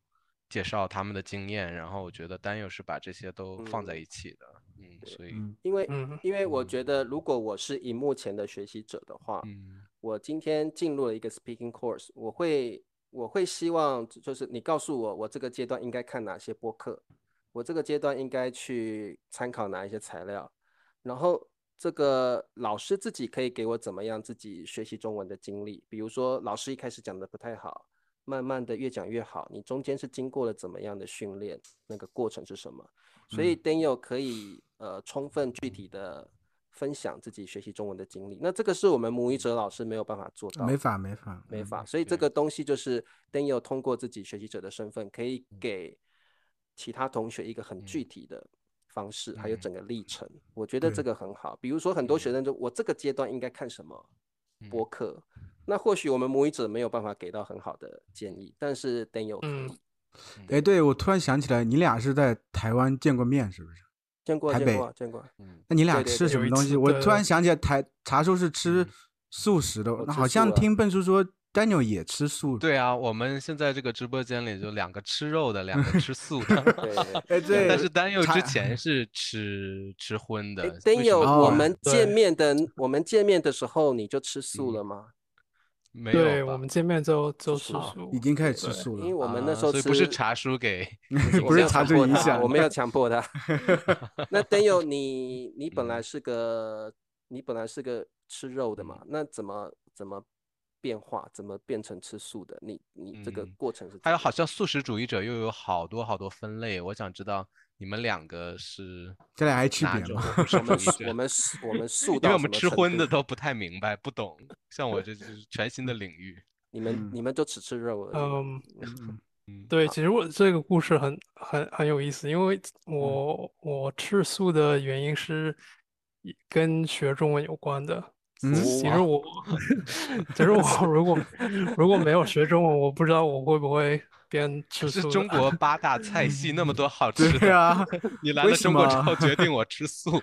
介绍他们的经验，然后我觉得丹佑是把这些都放在
嗯
一起的，嗯，
对
所以
嗯
因为
嗯
因为我
嗯
觉得，如果我是荧幕前的学习者的话，
嗯
我今天进入了一个 speaking course，我会我会希望就是你告诉我，我这个阶段应该看哪些播客，我这个阶段应该去参考哪一些材料，然后这个老师自己可以给我怎么样自己学习中文的经历，比如说老师一开始讲的不太好，慢慢的越讲越好，你中间是经过了怎么样的训练，那个过程是什么？所以 Daniel 可以呃充分具体的分享自己学习中文的经历。那这个是我们母语者老师没有办法做到，
啊
没法没法
没
嗯
法。所以这
对
个东西就是 Daniel 通过自己学习者的身份，可以给其他同学一个很
嗯
具体的方式，还有
嗯
整个历程。我觉得
对
这个很好。比如说很多
嗯
学生就我这个阶段应该看什么
嗯
播客，那或许我们母语者没有办法给到很好的建议，但是 Daniel 可
嗯
以
哎，对，我突然想起来，你俩是在台湾见过面是不是？
见过
台
见
北
过
(laughs)
见过。
嗯
那你俩
对对
吃
对
什
有
么
一
东
次
西？我突然
的
想起来，台茶叔是吃
嗯
素食的
我，
那
吃
好
素
像
啊
听笨叔说 Daniel 也吃素。
对啊，我们现在这个直播间里就两个吃肉的，两个吃素
(laughs)
的。
对对
哎，对，
但是丹佑
茶
之前是吃吃荤
哎
的，
，Daniel，
为什么
哦
突
我
然
们见
对
面的，我们见面的时候你就吃素
嗯
了吗？
没
对，
有
我
吧？
们见面就就
吃
吃
素了
素
啊已，经开始
对
吃素
因为
了，
我们那
啊
时候
所
吃，
以不是茶叔给， (laughs)
不
我没
是
有
茶
强
叔
迫
影
他
响
我没有
的
强迫他。 (laughs) 那 Daniel，你你本来
嗯
是个，你本来是个吃肉的嘛，那怎么怎么变化，怎么变成吃素的？你你这个
嗯
过程是
还
怎
有
样？
好像素食主义者又有好多好多分类，我想知道你们两个是
这俩还区
哪
别
种
吗？
什
我
么
们
主义
素
者？
我们素我们素
(laughs) 因为
到
我
什
们
么
吃
程
荤的
度？
都不太明白，不
(laughs)
懂。像我这就是全新的领域。
你们
嗯
你们就只吃肉而已嘛。
嗯。
(laughs) 嗯
嗯，
对，其实我这个故事很很很有意思，因为
嗯
我我吃素的原因是也跟学中文有关的。
嗯
其
哇
实我 (laughs) 其实我如果如果没有学中文，我不知道我会不会变吃
是
素的。
中国八大菜系那么多好吃的， (laughs)
对啊，
你来
为
了
什
中国之
么
后决定我吃素，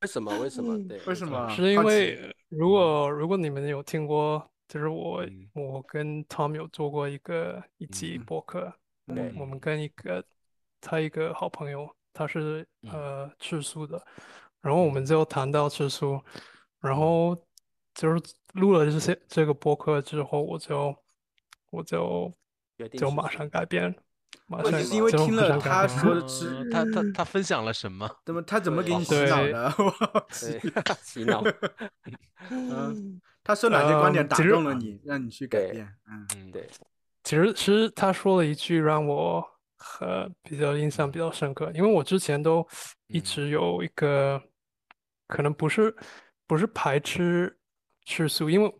为什么？为什么？对，
为什
什
么？
啊
是因
啊好奇嗯
为如果如果你们有听过，就是我
嗯
我跟 Tom 有做过一个一集
嗯
播客，我
对
们我们跟一个他一个好朋友，他是
嗯
呃吃素的，然后
嗯
我们就谈到吃素，然后就是录了这些这个播客之后，我就我就
决定
就
吃
马
素
上改变，马
我
上
只是因为
就
听
马
了
上
(laughs)
改
他
哦
变 (laughs)
说的吃
嗯他他他分享了什么？
怎么他怎么给你洗
对
脑的？ (laughs) 我好奇
对，洗脑。 (laughs)
嗯他说
呃
哪些观点
嗯
打
其实
动了你，让你去改
对
变？嗯
嗯，
对，
其实，其实他说了一句让我呃比较印象比较深刻，因为我之前都一
嗯
直有一个可能不是不是排斥吃素，因为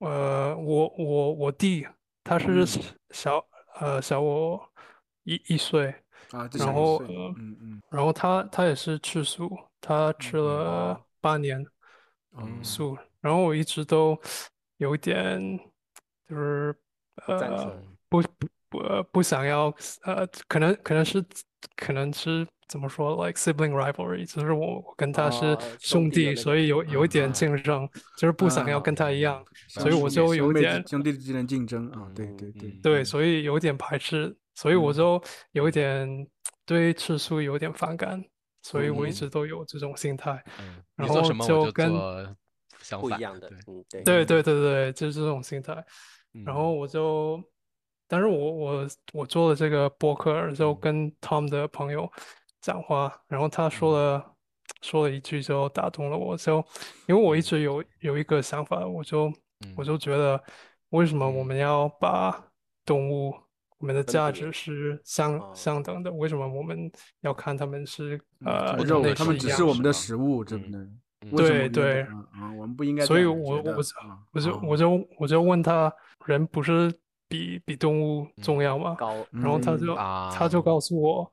呃我我我弟他是
嗯
小呃小我一一岁，
啊，这
然
小
后
碎
呃
嗯嗯
然后他他也是吃素，他吃
嗯
了八年。
哦
嗯
素，然后我一直都有一点就是
不赞
呃
成
不不不呃不想要呃可能可能是可能是怎么说 like sibling rivalry，就是我我跟他是
哦兄
兄
弟有那嗯
弟，所以有有一点
啊
竞争，就是不想要
啊
跟他一样，所以
兄
我
弟
就有
兄妹
点
之兄弟之间的竞争啊，对
嗯
对对
嗯
对，所以有点排斥，所以我
嗯
就有一点对吃素有点反感，所以我一
嗯
直都有这种心态。
嗯，
然
你做
后
什么
就
我就
跟
做相
不一
反
样的
对，，
嗯，对，
对对对对，就是这种心态。
嗯
然后我就，但是我我我做了这个播客，然后跟 Tom 的朋友讲话，然后他说了说了一句就打动了我，就因为我一直有有一个想法，我就我
嗯
就觉得为什么我
嗯
们要把动物我们的
分
价
别
值是相
哦
相等的？为什么我我们要看他们是
嗯
呃
像
不
人
同
肉，
类
他
是
们
一
只
样
是我
的
们的食物，对
嗯
不对？为什么我们
对
要这样啊，我们不应该这
所以
样
我
觉得
我就
啊
我就我
哦
就我就问他，人不是比比动物重要吗？
高
然后他
嗯
就他
啊，
就告诉我，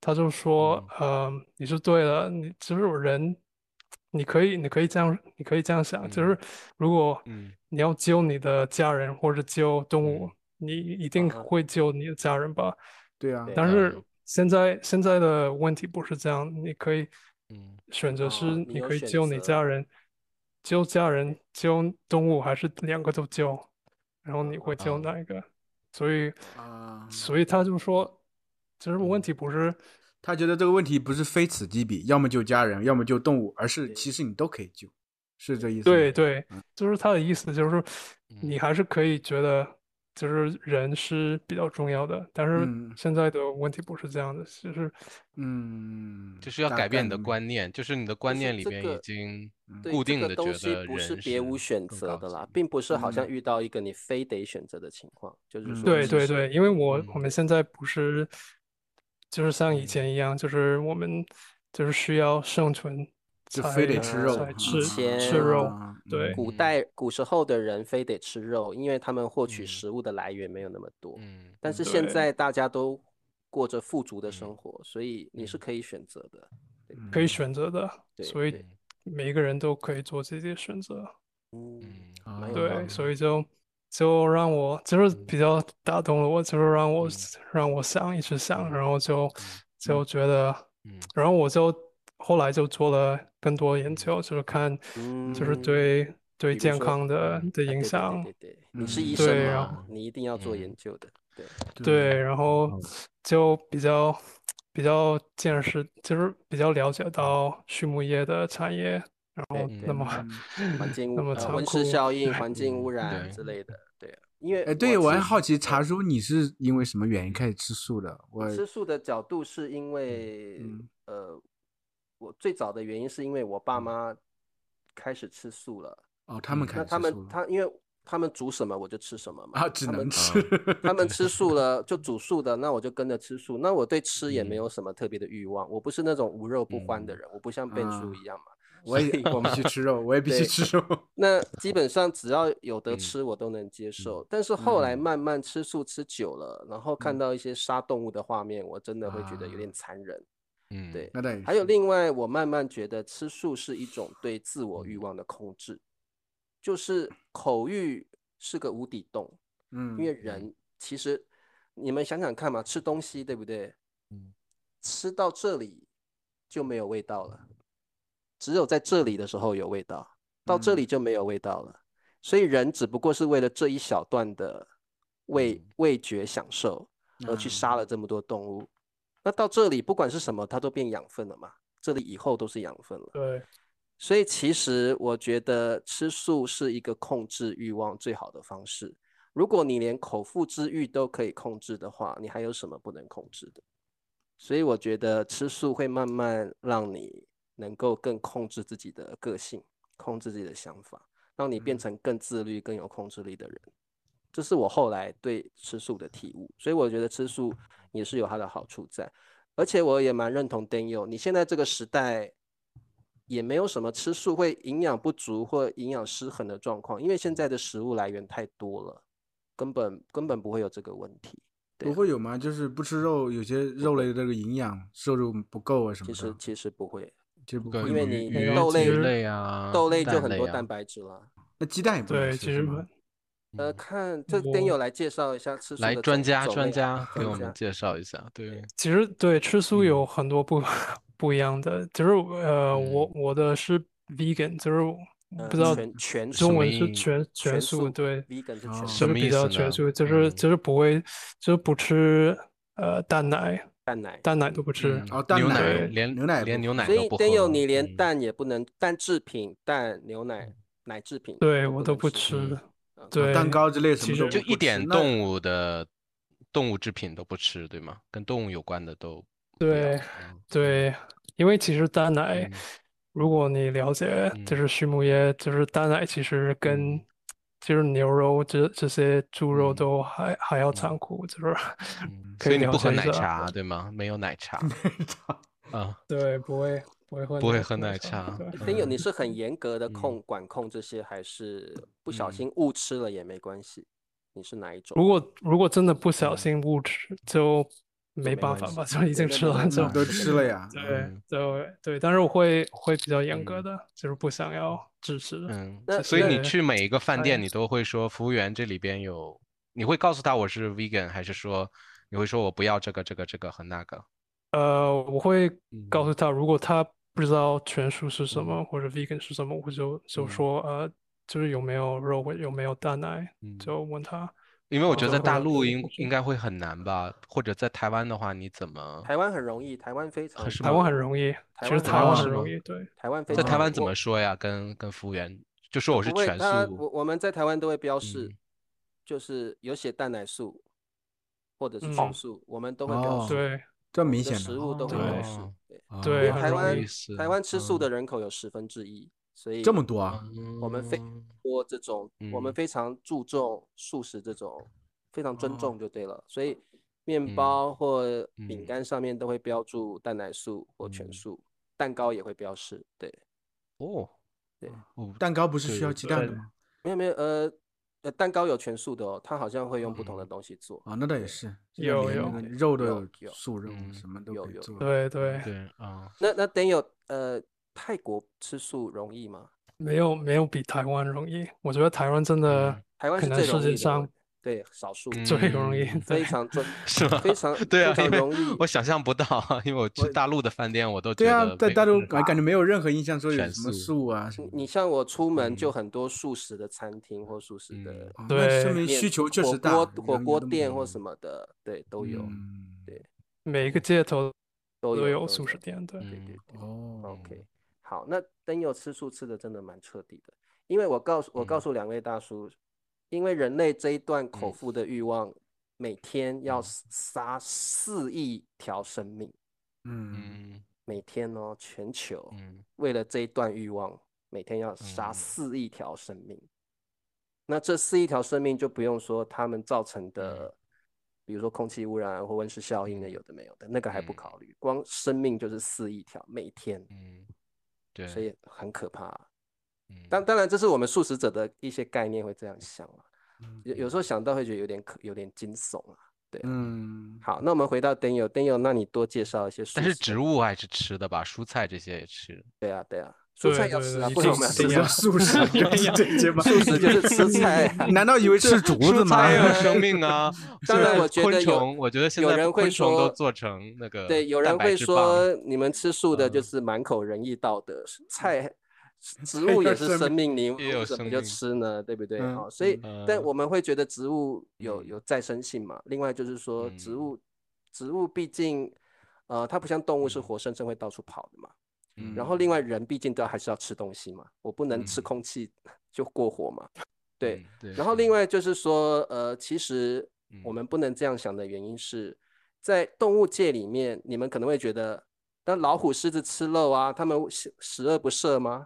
他就说，呃，你说对了，你就是人，你可以你可以这样，你可以这样想，就
嗯
是如果
嗯
你要救你的家人或者救动物
嗯，
你一定
啊
会救你的家人吧？
对啊，
对
但是
嗯
现在现在的问题不是这样，你可以
嗯
选择
哦
是
你
你
有
可以
选
救你
择
家人，救家人，救动物，还是两个都救，然后你会救
啊
哪一个？所以
啊，
所以他就说，其实问题不是
他觉得这个问题不是非此即彼，要么救家人，要么救动物，而是
对
其实你都可以救，是这意思吗？
对对，就是他的意思就是你
嗯
还是可以觉得就是人是比较重要的，但是
嗯
现在的问题不是这样的，就是
嗯，
就是要
大
改
概
变你的
明白
观念，就是你的观
是
念里
这
边
个
已经
嗯
对
固
这
定
个
的
东
觉
西
得
不是
人
别无
是
选
更
择
高
的啦
级，
并不是好像
嗯
遇到一个你非得选择的情况，就是
嗯
说
对
其
对
实
对，因为我我
嗯
们现在不是，就是像以
嗯
前一样，就是我们就是需要生存
就
才
非得吃肉
才
啊，
吃
前
吃肉，
啊
对
嗯
古
嗯
代古时候的人非得吃肉，因为他们获取
嗯
食物的来源没有那么多。
嗯
但
嗯
是现
对
在大家都过着富足的
嗯
生活，所以你是
嗯
可以选择的。
可以
嗯
选择的，
对
所以
对
每一个人都可以做自己的选择，
嗯，
嗯
啊
蛮有道
对，
理。
所以就就让我就是
嗯
比较打动了我，就是让我
嗯
让我想一直想，
嗯
然后就
嗯
就觉得，
嗯
然后我就后来就做了更多研
嗯
究，就是看。
嗯，
就是对对
比如
健
说
康的
嗯
啊
的影
对对对
响，
对对，你是医
嗯
生
对然
嘛
后，
你一定要做研
嗯
究的。对，
对，然后
嗯
就比较比较见识，就是比较了解到畜牧业的产业，然后
对
那么
嗯
环境
那
污
么
呃
残
温室
酷，
效应、环境污
嗯
染
对
之类的。对，因为
哎，对，我
我
还
其
好
实
奇茶叔你是因为什么原因开始吃素的？我
吃素的角度是因为、
嗯
呃，我最早的原因是因为我爸
嗯
妈开始吃素了，
哦，他们
嗯
开
那
始
他
吃素
们
了
他因为他们煮什么我就吃什么嘛，
啊，只
他
能
们
吃，
他
(laughs)
们吃素了就煮素的，那我就跟着吃素。那我对吃也没
嗯
有什么特别的欲望，我不是那种无肉不欢的
嗯
人，我不像笨叔
啊
一样嘛，
我也
所以
必
我们
须吃肉，我也必须
对
吃肉。
那基本上只要有得
嗯
吃，我都能接受。但是后
嗯
来慢慢吃素吃久了，然后看到一些杀动物的画面，我真的会觉
啊
得有点残忍。
嗯，
对， (laughs)
那得
还有另外，我慢慢觉得吃素是一种对自我
嗯
欲望的控制，就是口欲是个无底洞，
嗯，
因为人其实你们想想看嘛，吃东西对不对？
嗯，
吃到这里就没有味道了，
嗯
只有在这里的时候有味道，到这
嗯
里就没有味道了。所以人只不过是为了这一小段的味
嗯
味觉享受，而去
啊
杀了这么多动物。那到这里不管是什么，它都变养分了嘛，这里以后都是养分了。
(laughs) 对，
所以其实我觉得吃素是一个控制欲望最好的方式。如果你连口腹之欲都可以控制的话，你还有什么不能控制的？所以我觉得吃素会慢慢让你能够更控制自己的个性，控制自己的想法，让你变
嗯
成更自律、更有控制力的人。这是我后来对吃素的体悟，所以我觉得吃素也是有它的好处在。而且我也蛮认同 Daniel，你现在这个时代也没有什么吃素会营养不足或营养失衡的状况，因为现在的食物来源太多了，根本根本不会有这个问题。对
不会有吗？就是不吃肉，有些肉类的这个营养摄入不够啊什么
其实
的，
其实不会，
就不
对
会
因为
吗
你
鱼
豆
鸡
类
类啊
豆类就
蛋
很
类
多
啊
蛋白质了。
那鸡蛋也不能
对，
吃
其
是
实
吗？啊
呃，
嗯
看这
我
Daniel 来介绍一下吃素
来
的
专
种
家
种
专
类
家给
专
我们
家
介绍一下，对，
其实对吃素
嗯
有很多不 (laughs) 不一样的，就是呃，我
嗯
我的是 vegan，就是我
呃
不知道
全全
什
中
么
文是
意
全全
全
素，
素
对，
vegan 是
哦
全
什
就是
么
素
比
意
较
思
全
呢
素，就是
嗯
就是不会，就是不吃呃蛋奶，
蛋奶。
蛋奶都不吃，
嗯
哦蛋
牛
奶
对
连
牛奶
连
不
牛
喝
奶
所
都
以
不
Daniel
喝
你连
嗯
蛋也不能，蛋制品、蛋、牛奶、奶制品，
嗯对我
都
都
不
不
能吃。
吃，
嗯
啊
对，
蛋糕之类什
其
么都
实
就
不
一
不吃
点
那 (laughs)
动物的动物制品都不吃，对吗？跟动物有关的都不要
对
嗯
对，因为其实蛋奶，
嗯
如果你了解，就是
嗯
畜牧业，就是蛋奶其实跟
嗯
就是牛肉这这些猪肉
嗯
都还还要
嗯
残酷，就是
嗯，
可
所
以
以你
了
不喝
解一
奶
下。
茶，啊对吗？没有奶
(laughs)
茶嗯啊，
对，不会不会喝
不会
奶
喝
奶
奶
茶，
茶
对，
Daniel 你
嗯
是很严格的
嗯
控管控这些，还是不小
嗯
心误吃了也没关系？你是哪一种？
如果如果真的不小
嗯
心误吃，就没
没
办
关
法
系
吧，就已
对
经
那
吃
没
了
关系
就
嗯都
(laughs) 对
吃了呀，
对
嗯
对对，但是我会会比较严格
嗯
的，就是不想要支持。
嗯，
那
所以你
那
去每一个饭
哎
店，你都会说服务员这里边有，你会告诉他我是 vegan，还是说你会说我不要这个这个这个和那个？
呃，我会告
嗯
诉他，如果他不知道全素是什
嗯
么或者 vegan 是什么，我就就
嗯
说呃，就是有没有肉，有没有蛋奶，
嗯。
就问他。
因为我
然
觉得
后
在
他
大
会
陆
说
应
哦
不是
应该会很难吧，或者在台湾的话，你怎么
台湾很容易，台湾非常
是
台
吗
湾很
多
容易，
台湾
其实
很
哦
台湾
容
很
是
易
吗
容易，对
台湾非
在
常
台
容
湾
易
怎么
我
说呀？跟跟服务员就说我是
不会，
全
他
素，
我我们在台湾都会标示
嗯，
就是有写蛋奶素或者是全
嗯
素，我们都会标
哦
示，
对
这
我
明
们
显
的
的啊
食物都会标示
哦。
对，
哦
因
对，
为
很
台
什么
容
湾
意
易，
思？
台湾吃素的
嗯
人口有十分之一，所以
这么多啊，
我们非
嗯
多这种，我们
嗯
非常注重素食这种，非常尊
哦
重就对了。所以面
嗯
包或饼
嗯
干上面都会标注蛋奶素或全
嗯，
素，蛋糕也会标示。对
哦，
对，
我
蛋糕不是
对
需要
我
鸡蛋的
对
吗？
没有没有，呃呃，蛋糕有全素的哦，它好像会用不同的
嗯
东西做。
哦
啊，那倒也
对
是，现在
有
连那
有
个
对，
肉都
有
有
有
素肉，
嗯
什么都
有
可以
有
做。
对对，
对啊
那那等有呃，泰国吃素容易吗？
没有没有比台湾容易，我觉得台湾真的
嗯
台湾
可
是
能
最
世
容
界
易的，我
上
对少数
最容易，
嗯，
对
非常尊，
是吗？
非常
对
非
啊，
常
因为
容易。
我想象不到， (laughs) 因为我去
我
大陆的饭店，我都
对
觉
啊，
得
在
没
大陆
没
感感觉没有任何印象说有
全
什么
素，
素啊什
你
么的。
你像我出门就
嗯
很多素食的餐厅或素食
嗯
的
哦，那说
对
明
面
需求确
火
实
锅
大，
火
有有
锅
那么
店
多。
或什么的，对，都有，
嗯，
对，
每个街头
都
都
有
有
都
素食
有，
店，对。
对对
嗯
对
哦，
，OK，好，那灯油吃素吃的真的蛮彻底的，因为我告诉我告
嗯
诉两位大叔，因为人类这一段口
嗯
腹的欲望，每天要
嗯
死杀四亿条生命。
嗯，
嗯
每天哦，全球
嗯
为了这一段欲望，每天要杀
嗯
四亿条生命。那这四亿条生命就不用说他们造成
嗯
的，比如说空气污染或温室效应的，
嗯
有的没有的，那个还不
嗯
考虑，光生命就是四亿条，每天。
嗯，对，
所以很可怕。啊
嗯
当当然，这是我们素食者的一些概念会这样想啊，
嗯
有有时候想到会觉得有点可有点惊悚啊。 (laughs)
嗯，
好，那我们回到 Daniel，Daniel，那你多介绍一些素
但是
食。
植物还是吃的吧，蔬菜这些也吃。
对啊，对啊，蔬菜
对
要
对
吃
对
啊，
一
不
定
然我们要
是
吃
这
这
叫素食，
什么？
样
(laughs)
就是这节吗？
素食就是吃菜啊
(laughs) 难道以为吃竹子
蔬
吗
菜？有
啊！
生命啊
(laughs) 当然
是
我觉得
昆
有
虫，我觉得现
有
在
人会
昆虫
说
都做成那个
对，有人
蛋白
会
质棒
说你们吃素的就
嗯
是满口仁义道德，菜
(laughs)
植
也
物也
有
是
生
生命，你
也有
为什么
生
就
命
吃呢？对不对？
嗯
哦，所以
嗯
但
嗯
我们会觉得植物有
嗯
有再生性嘛。另外就是说植
嗯
物，植物毕竟呃，它不像动物是
嗯
活生生会到处跑的嘛。
嗯
然后另外人毕竟都还是要吃东西嘛，我不能吃
嗯
空气 (laughs) 就过活嘛。对，
嗯对
然后
是
另外就是说，呃，其实我
嗯
们不能这样想的原因是，在动物界里面，你们可能会觉得，那老虎、狮子吃肉啊，它们十十恶不赦吗？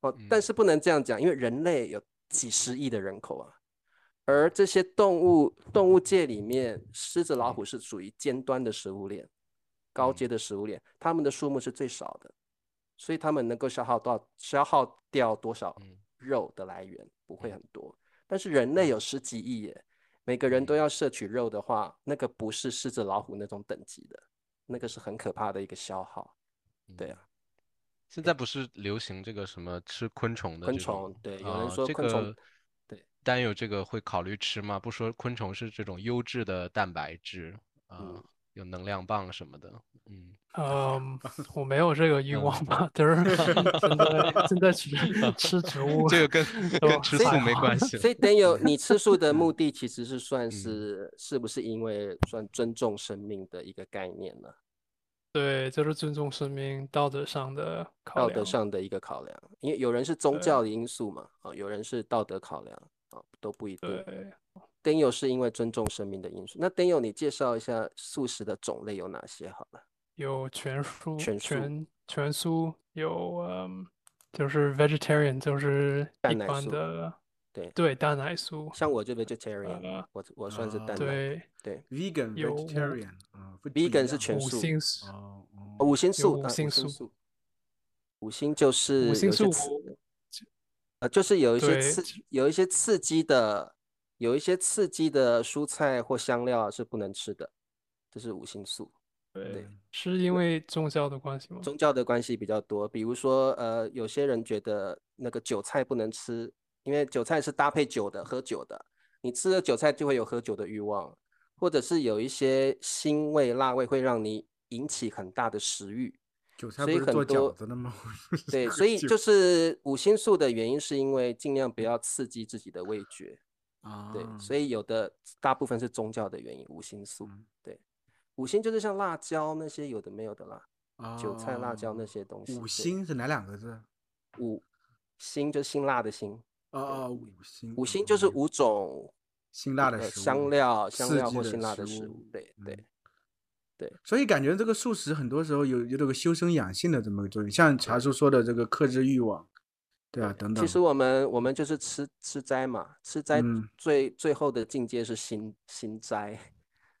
哦，但
嗯
是不能这样讲，因为人类有几十亿的人口啊，而这些动物动物界里面，狮子、老虎是属于尖端的食物链，高
嗯
阶的食物链，它们的数目是最少的，所以它们能够消耗到消耗掉多少
嗯
肉的来源不
嗯
会很多。但是人类有十几亿耶，每个人都
嗯
要摄取肉的话，那个不是狮子、老虎那种等级的，那个是很可怕的一个消
(laughs)
耗。对啊，
现在不是流行这个什么吃昆虫的
昆
这种
虫对有人
啊
说
这
昆虫
个
对，
单有这个会考虑吃吗？不说昆虫是这种优质的蛋白质啊，
嗯
有能量棒什么的，嗯，
(laughs)
嗯，我没有这个欲
嗯
望吧，但是 (laughs) 现在现在吃吃植物，
这个跟跟
都
吃
所以
素没关系。
所以等有你吃素
(laughs) 嗯
的目的，其实是算
嗯
是是不是因为算尊重生命的一个概念呢？
对，就是尊重生命道德上的考
道德
量。
上的一个考量，因为有人是宗
对
教的因素嘛，啊、有人是道德考量啊、都不一定。
对，
d a 是因为尊重生命的因素。那 d a 你介绍一下素食的种类有哪些好了？
有全素，
全素
全全素，有嗯，就是 vegetarian，就是一
蛋奶
般
素
的，
对
对，蛋奶素，
像我就 vegetarian，、
呃
我我算是
啊
蛋奶的。
对，
对
(laughs) ，vegan
有
vegetarian 啊不
Vegan
一
是
样
全
五
素
星素
哦哦
哦五星
有
素，
五
啊
星
素
素
五星就是
五星
有些
素
刺
我
呃，就是有一些
对
刺
其，
有一些刺激的，有一些刺激的蔬菜或香料啊是不能吃的，这是五星素。对
对，是因为宗教的关系吗？
宗教的关系比较多，比如说，呃，有些人觉得那个韭菜不能吃，因为韭菜是搭配酒的，喝酒的，你吃了韭菜就会有喝酒的欲望，或者是有一些腥味、辣味会让你引起很大的食欲。
韭菜
所
不
以
是
很
做
多
饺子的吗？ (laughs)
对，所以
就
就是五星素的原因是因为尽量不要刺激自己的味觉。
啊，
对，所以有的大部分是宗教的原因，五星素。
嗯
对，五星就是像辣椒那些有的没有的啦，韭菜、辣椒那
哦
些东西。
五
对，
星是哪两个字？
五辛就是辛辣的辛，
哦哦，五星，
呃五
哦
星就是
哦
五种
辛辣的
呃
食物
香料、香
刺
料
激
或
的
辛辣
食
的食
物
物。对对
嗯
对
所以感觉这个素食很多时候有有这个修身养性的这么个作用，像茶叔说的这个克制欲望，对啊，等等。
其实我们我们就是吃吃斋嘛，吃斋
嗯
最最后的境界是心心斋，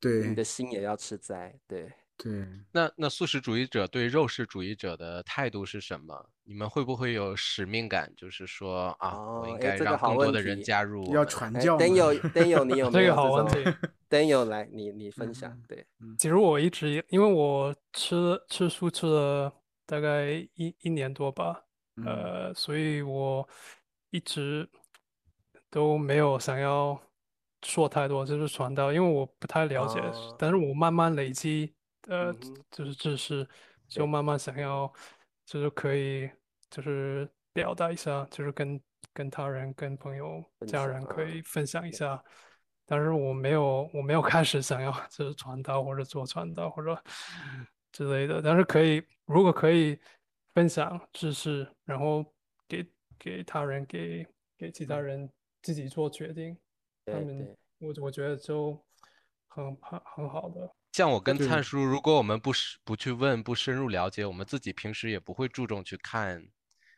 你
对
的心也要吃斋。对，
对，
那那素食主义者对肉食主义者的态度是什么？你们会不会有使命感？就是说啊，
哦
我应
哎
该
这个
让
好
更多
问
的人
题
加入我
要
们
传
哎
教嘛。 (laughs)
，Daniel Daniel，你有
这
没
个
有
好问
这
题
种 (laughs) ？Daniel 来，你你分享
嗯。
对，
其实我一直因为我吃吃素吃了大概一一年多吧，
嗯
呃，所以我一直都没有想要说太多，就是传道，因为我不太了解，
哦
但是我慢慢累积，呃，
嗯哼
就是知识，
对
就慢慢想要，就是可以，就是表达一下，就是跟跟他人、跟朋友、
分
家
享
人可
啊
以分享一
对
下。但是我没有，我没有开始想要就是传道或者做传道或者 (laughs) 之类的。但是可以，如果可以分享知识，然后给给他人，给给
嗯
其他人自己做决定，他
对
们
对
我我觉得就很很很好的。
像我跟
对
灿叔，如果我们不是不去问、不深入了解，我们自己平时也不会注重去看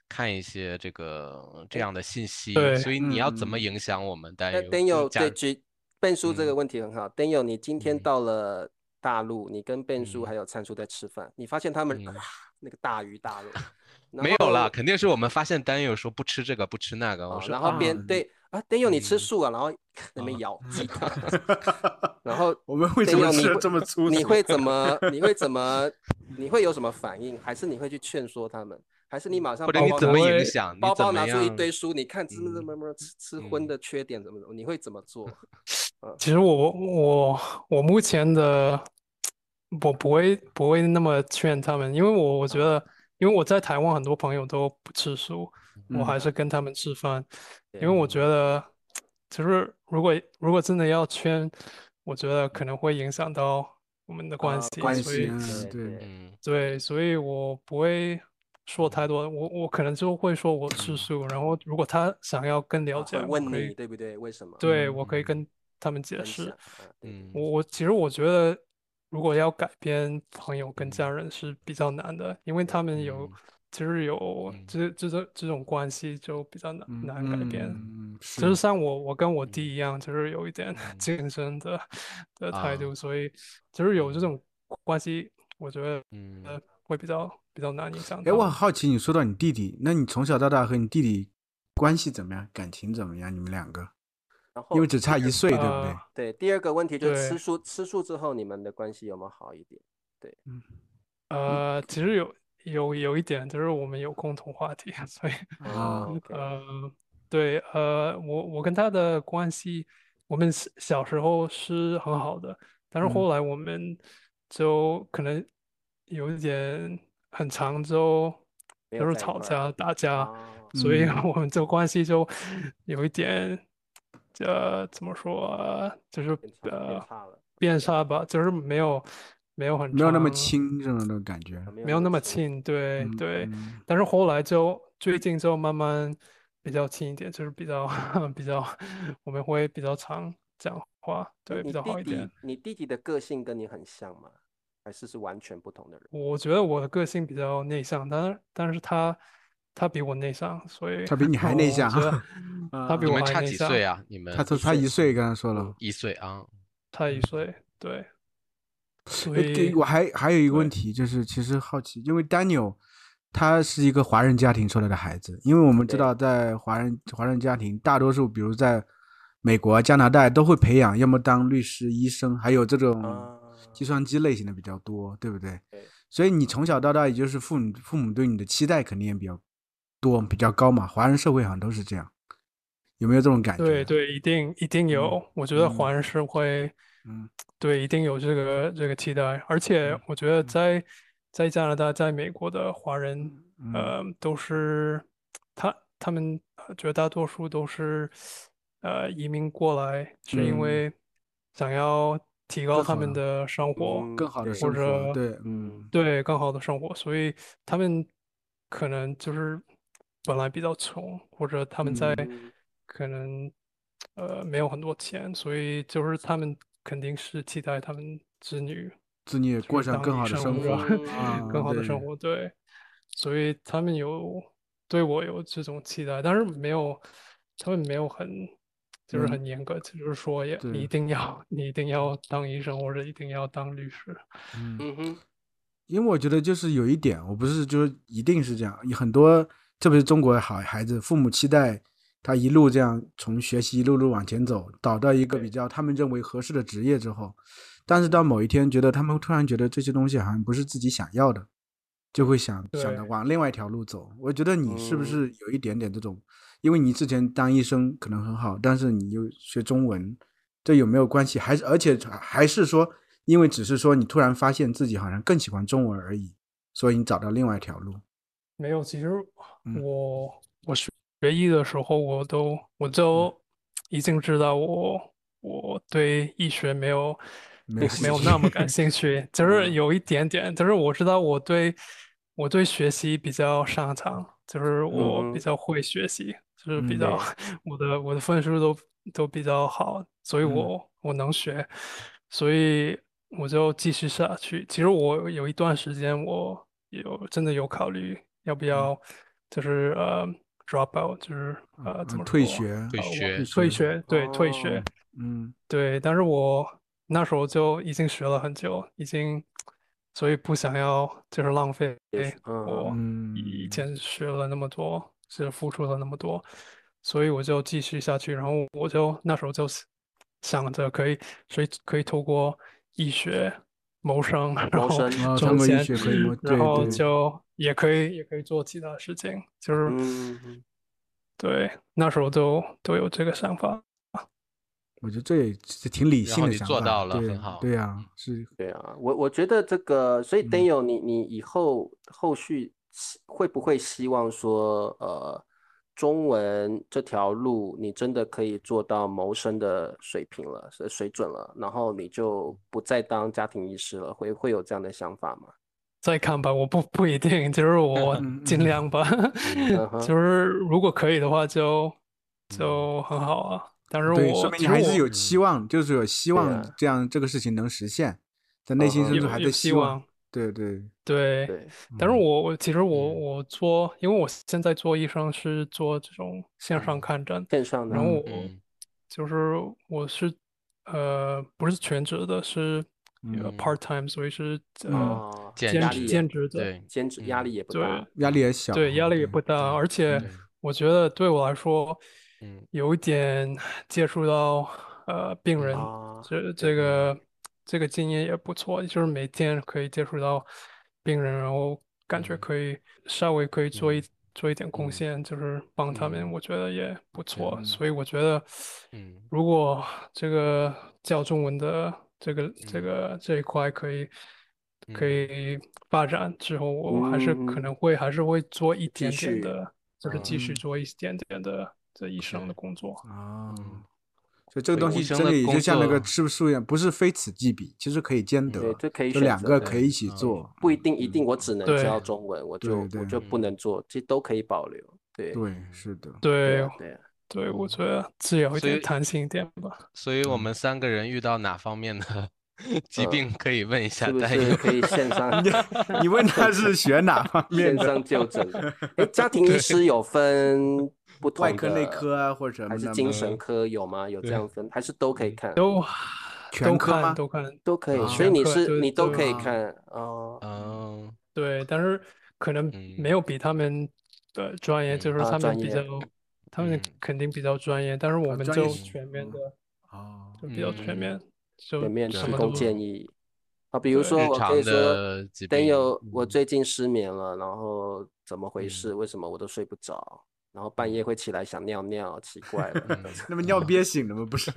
看一些这个
哎
这样的信息。
对
所以你要怎么
嗯
影响我们？担
哎
那
忧就是
Daniel
假
对
如
举bensu 这个
嗯
问题很好。Daniel，你今天
嗯
到了大陆，你跟
嗯
bensu 还有灿叔在吃饭，你发现他们、啊
嗯
(laughs)
那个大鱼大肉，然
没有
后
了，肯定是我们发现 Daniel 说不吃这个不吃那个，我
哦
说
然后
啊
边对啊，Daniel 你吃
嗯哦
素啊，然后那边摇鸡
(laughs)
蛋， (laughs) 然后
(laughs) 我们为什么
Daniel，你
吃
会
这么粗俗？
你
(laughs)
会怎么？你会怎么？你会有什么反应？还是你会去劝说他们？还是你马
嗯
上
或者
包
你
包
怎么
拿
我
影
会
响，你
包
怎
包
么
拿出一
样
堆书，你看吃
嗯
么么吃吃荤
嗯
的缺点怎么怎么，你会怎么
(laughs)
做？
其实我我我目前的，我不会不会那么劝他们，因为我我觉得，因为我在台湾很多朋友都不吃素，我
嗯
还是跟他们吃饭，因为我觉得，就是如果如果真的要劝，我觉得可能会影响到我们的关
啊
系，
关
所以
系啊
对
对
嗯
对，所以我不会说太多，我我可能就会说我吃素，然后如果他想要更了
啊
解，
会
我
问
可以
你对不对？为什么？
对，我可以
嗯
跟他们解
分
释
享。啊对对
嗯
我我其实我觉得，如果要改变朋友跟家人是比较难的，因为他们有
嗯
其实有这这种这种关系就比较难
嗯
难改变。
嗯，
就是是像我我跟我
嗯
弟一样，就是有一点 (laughs)
嗯
谨慎的的态
啊
度，所以就是有这
嗯
种关系，我觉得
嗯
啊
呃会比较比较难影响
哎，
到。
我很好奇，你说到你弟弟，那你从小到大和你弟弟关系怎么样？感情怎么样？你们两个，
然后
因为只差一岁，对不对
呃？
对第二个问题就是
对
吃素，吃素之后你们的关系有没有好一点？
呃，其实有有有一点就是我们有共同话题， (laughs) 所以
啊
嗯
哦，OK，
呃，对，呃，我我跟他的关系，我们是小时候是很好的，但是
嗯
后来我们就可能有一点很长就
没
就
有
是
在一
吵
块
架
儿
打
啊
架，
哦
所以 (laughs)
嗯
我们这关系就有一点，呃，怎么说，啊就是
变差变
呃
哦差了，
变差吧，就是没有没有很
没有那么
长，
亲这种的感觉
啊。没
没有那么
亲
亲，对
嗯
对。
嗯
但是后来就最近就慢慢比较轻一点，就是比较 (laughs) 比较，我们会比较常讲话，
哎
对，比
你
较
弟
好一
弟
点。
你弟弟的个性跟你很像吗？还是是完全不同的人？
我觉得我的个性比较内向，但是但是他他比我内向，所以
他比你还
我
内
我
向啊
觉得他比
你
我
们
还
差
内
几
向
岁啊？你
呃
们
他都差一岁，刚才说了。
一岁啊？
差一岁，
(sniffs)
对，所
哎给
以
我还还有一个问
对
题，就是其实好奇，因为 Daniel 他是一个华人家庭出来的孩子，因为我们知
对
道在华人华人家庭，大多数比如在美国、加拿大都会培养，要么当律师、医生，还有这种
啊，
计算机类型的比较多，对不对
对？
所以你
嗯
从小到大，也就是父母父母对你的期待肯定也比较多、比较高嘛。华人社会好像都是这样，有没有这种感觉？
对，对，一定一定有，我觉得
啊嗯
华人是会。
嗯
对，一定有这个这个期待，而且我觉得在在加拿大、在美国的华人，
嗯
呃，都是他他们呃绝大多数都是呃移民过来，是因
嗯
为想要提高
更
他
好
们的生活，
嗯
更好的
对
生
或
活，
者
对，嗯
对，更好的生活，所以他们可能就是本来比较穷，或者他们在
嗯
可能呃没有很多钱，所以就是他们肯定是期待他们子女
子女也
就
过
是
上
当
更
医
好的
生
生
或者
活
啊
(laughs)
啊，
更好的生
对
活，对，所以他们有对我有这种期待，但是没有，他们没有很，就是
嗯
很严格，就是说也
对
你一定要你一定要当医生或者一定要当律师，
嗯，
嗯哼，
因为我觉得就是有一点，我不是就是一定是这样，有很多特别是中国好孩子，父母期待他一路这样从学习一路路往前走，找到一个
对
比较他们认为合适的职业之后，但是到某一天觉得他们突然觉得这些东西好像不是自己想要的，就会想想着
对
往另外一条路走。我觉得你是不
嗯
是有一点点这种，因为你之前当医生可能很好，但是你又学中文，这有没有关系？还是而且还是说，因为只是说你突然发现自己好像更喜欢中文而已，所以你找到另外一条路。
没有，其实
嗯
我我学学医的时候，我都我都已经知道我我对医学没有
没有
没有
兴
那
趣
么感兴趣，就是
嗯
有一点点，就是我知道我对我对学习比较擅长，就是我
嗯
比较会学习，就是比
嗯
较我的我的分数都都比较好，所以
嗯
我我能学，所以我就继续下去。其实我有一段时间，我有真的有考虑要不要，就是呃 drop out，就是呃怎
嗯
么
退
说
学
啊退
呃我
学
退学，对，退学。
哦
嗯
对，但是我那时候就已经学了很久，已经所以不想要就是浪费
也许嗯
哎我
嗯，
以前学了那么多，是付出了那么多，所以我就继续下去。然后我就那时候就是想着可以，所以可以透过医学谋生，然
谋
后
生
啊，
赚
通过医
钱
学可以吗？对
然后
对
就也可以也可以做其他事情，就是、
嗯，
对那时候都都有这个想法。
我觉得这也是挺理
然
性
后
的
你
想法，
做到了
对
很好
对呀、
嗯
是
对啊，我我觉得这个，所以
嗯
Daniel，你你以后后续希会不会希望说，呃，中文这条路你真的可以做到谋生的水平了，水水准了，然后你就不再当家庭医师了，会会有这样的想法吗？
再看吧，我不不一
(laughs)
定，就是我
嗯
尽
嗯
量吧，
嗯哼
就是如果可以的话就就很好啊。但是
对，
我
说明
其
你
实
还是
我嗯
有期望，就是有希望
啊
这样这个事情能实现，在内心
嗯哼
深
有
处还
有
在
希
希
望，
对对，
对，
对，
但是
嗯
我我其实我
嗯
我做，因为我现在做医生是做这种线上
嗯
看诊，
线上的
然后
嗯
我就是我是呃不是全职的，是呃
嗯
part time，所以是
嗯
呃
哦，
兼
兼
压
职
力也
兼职的，
对
兼职压
嗯
力也不
对
大，
压力也小，
对，压力也不大，
嗯对
而且
对
我觉得对我来说
嗯
有一点 (sighs) 接触到呃病
嗯
人，
啊，
这这个这个经验也不错，就是每天可以接触到病人，然后感觉
嗯
可以稍微可以做一
嗯
做一点贡
嗯
献，就是帮他们，
嗯
我觉得也不错。
嗯
所以我觉得，
嗯
如果这个教中文的这个这
嗯
个这一块可以可
嗯
以发展之后，我还是可
嗯
能会还是会做一点
续
点的，就是继续
嗯
做一点点的这医生的
对
工作。
啊。
嗯
所以这个
对
东
无
西
声
真
的
也就
工
像那个
作
吃不素一样，不是非此即彼，其实可以兼
嗯
得
对，，这可以
就
选
啊两
择
个
的
可以一起
嗯
做。
不一定一定
嗯
我只能
对
教中文，我
对
就
对
我就不
嗯
能做，这都可以保留。对
对，是的，
对
对
啊对啊，
对，我觉得自由一
嗯所
点，
以
弹性一点吧。
所以我
嗯
们三个人遇到哪方面
(laughs)
的疾
嗯
病可以问一下
是不
丹
是
友
可以线上 (laughs)
(laughs) 你问他是学哪方面
线
的？
上就诊？哎，家庭医师有分不同
外科内
的
科啊或者什
还
么
是
的
精
吗
神
嗯
科有吗？有这
对
样分，还是都可以看？
都
全
都
科
看
吗
都看，
都可以，
啊
所以你
全科
是
对
你都
对
可以
啊
看哦
嗯 (laughs)
对，但是可能
嗯
没有比他们的专业，就
嗯
是
啊
他
专
们比
业
较，他们
嗯
肯定比较专业，但是我
啊
们
专业
就是全面
嗯
的，
哦，
就比较全
嗯
面，就
里面
对
什
提
么
供
都
建议啊，比如
对
说
日
我可
常
以说
的疾病
Daniel，我
嗯
最近失眠了，然后怎么回
嗯
事？为什么我都睡不着？然后半夜
嗯
会起来想尿尿，奇怪了。
嗯
那么尿
嗯
憋醒了吗？不是，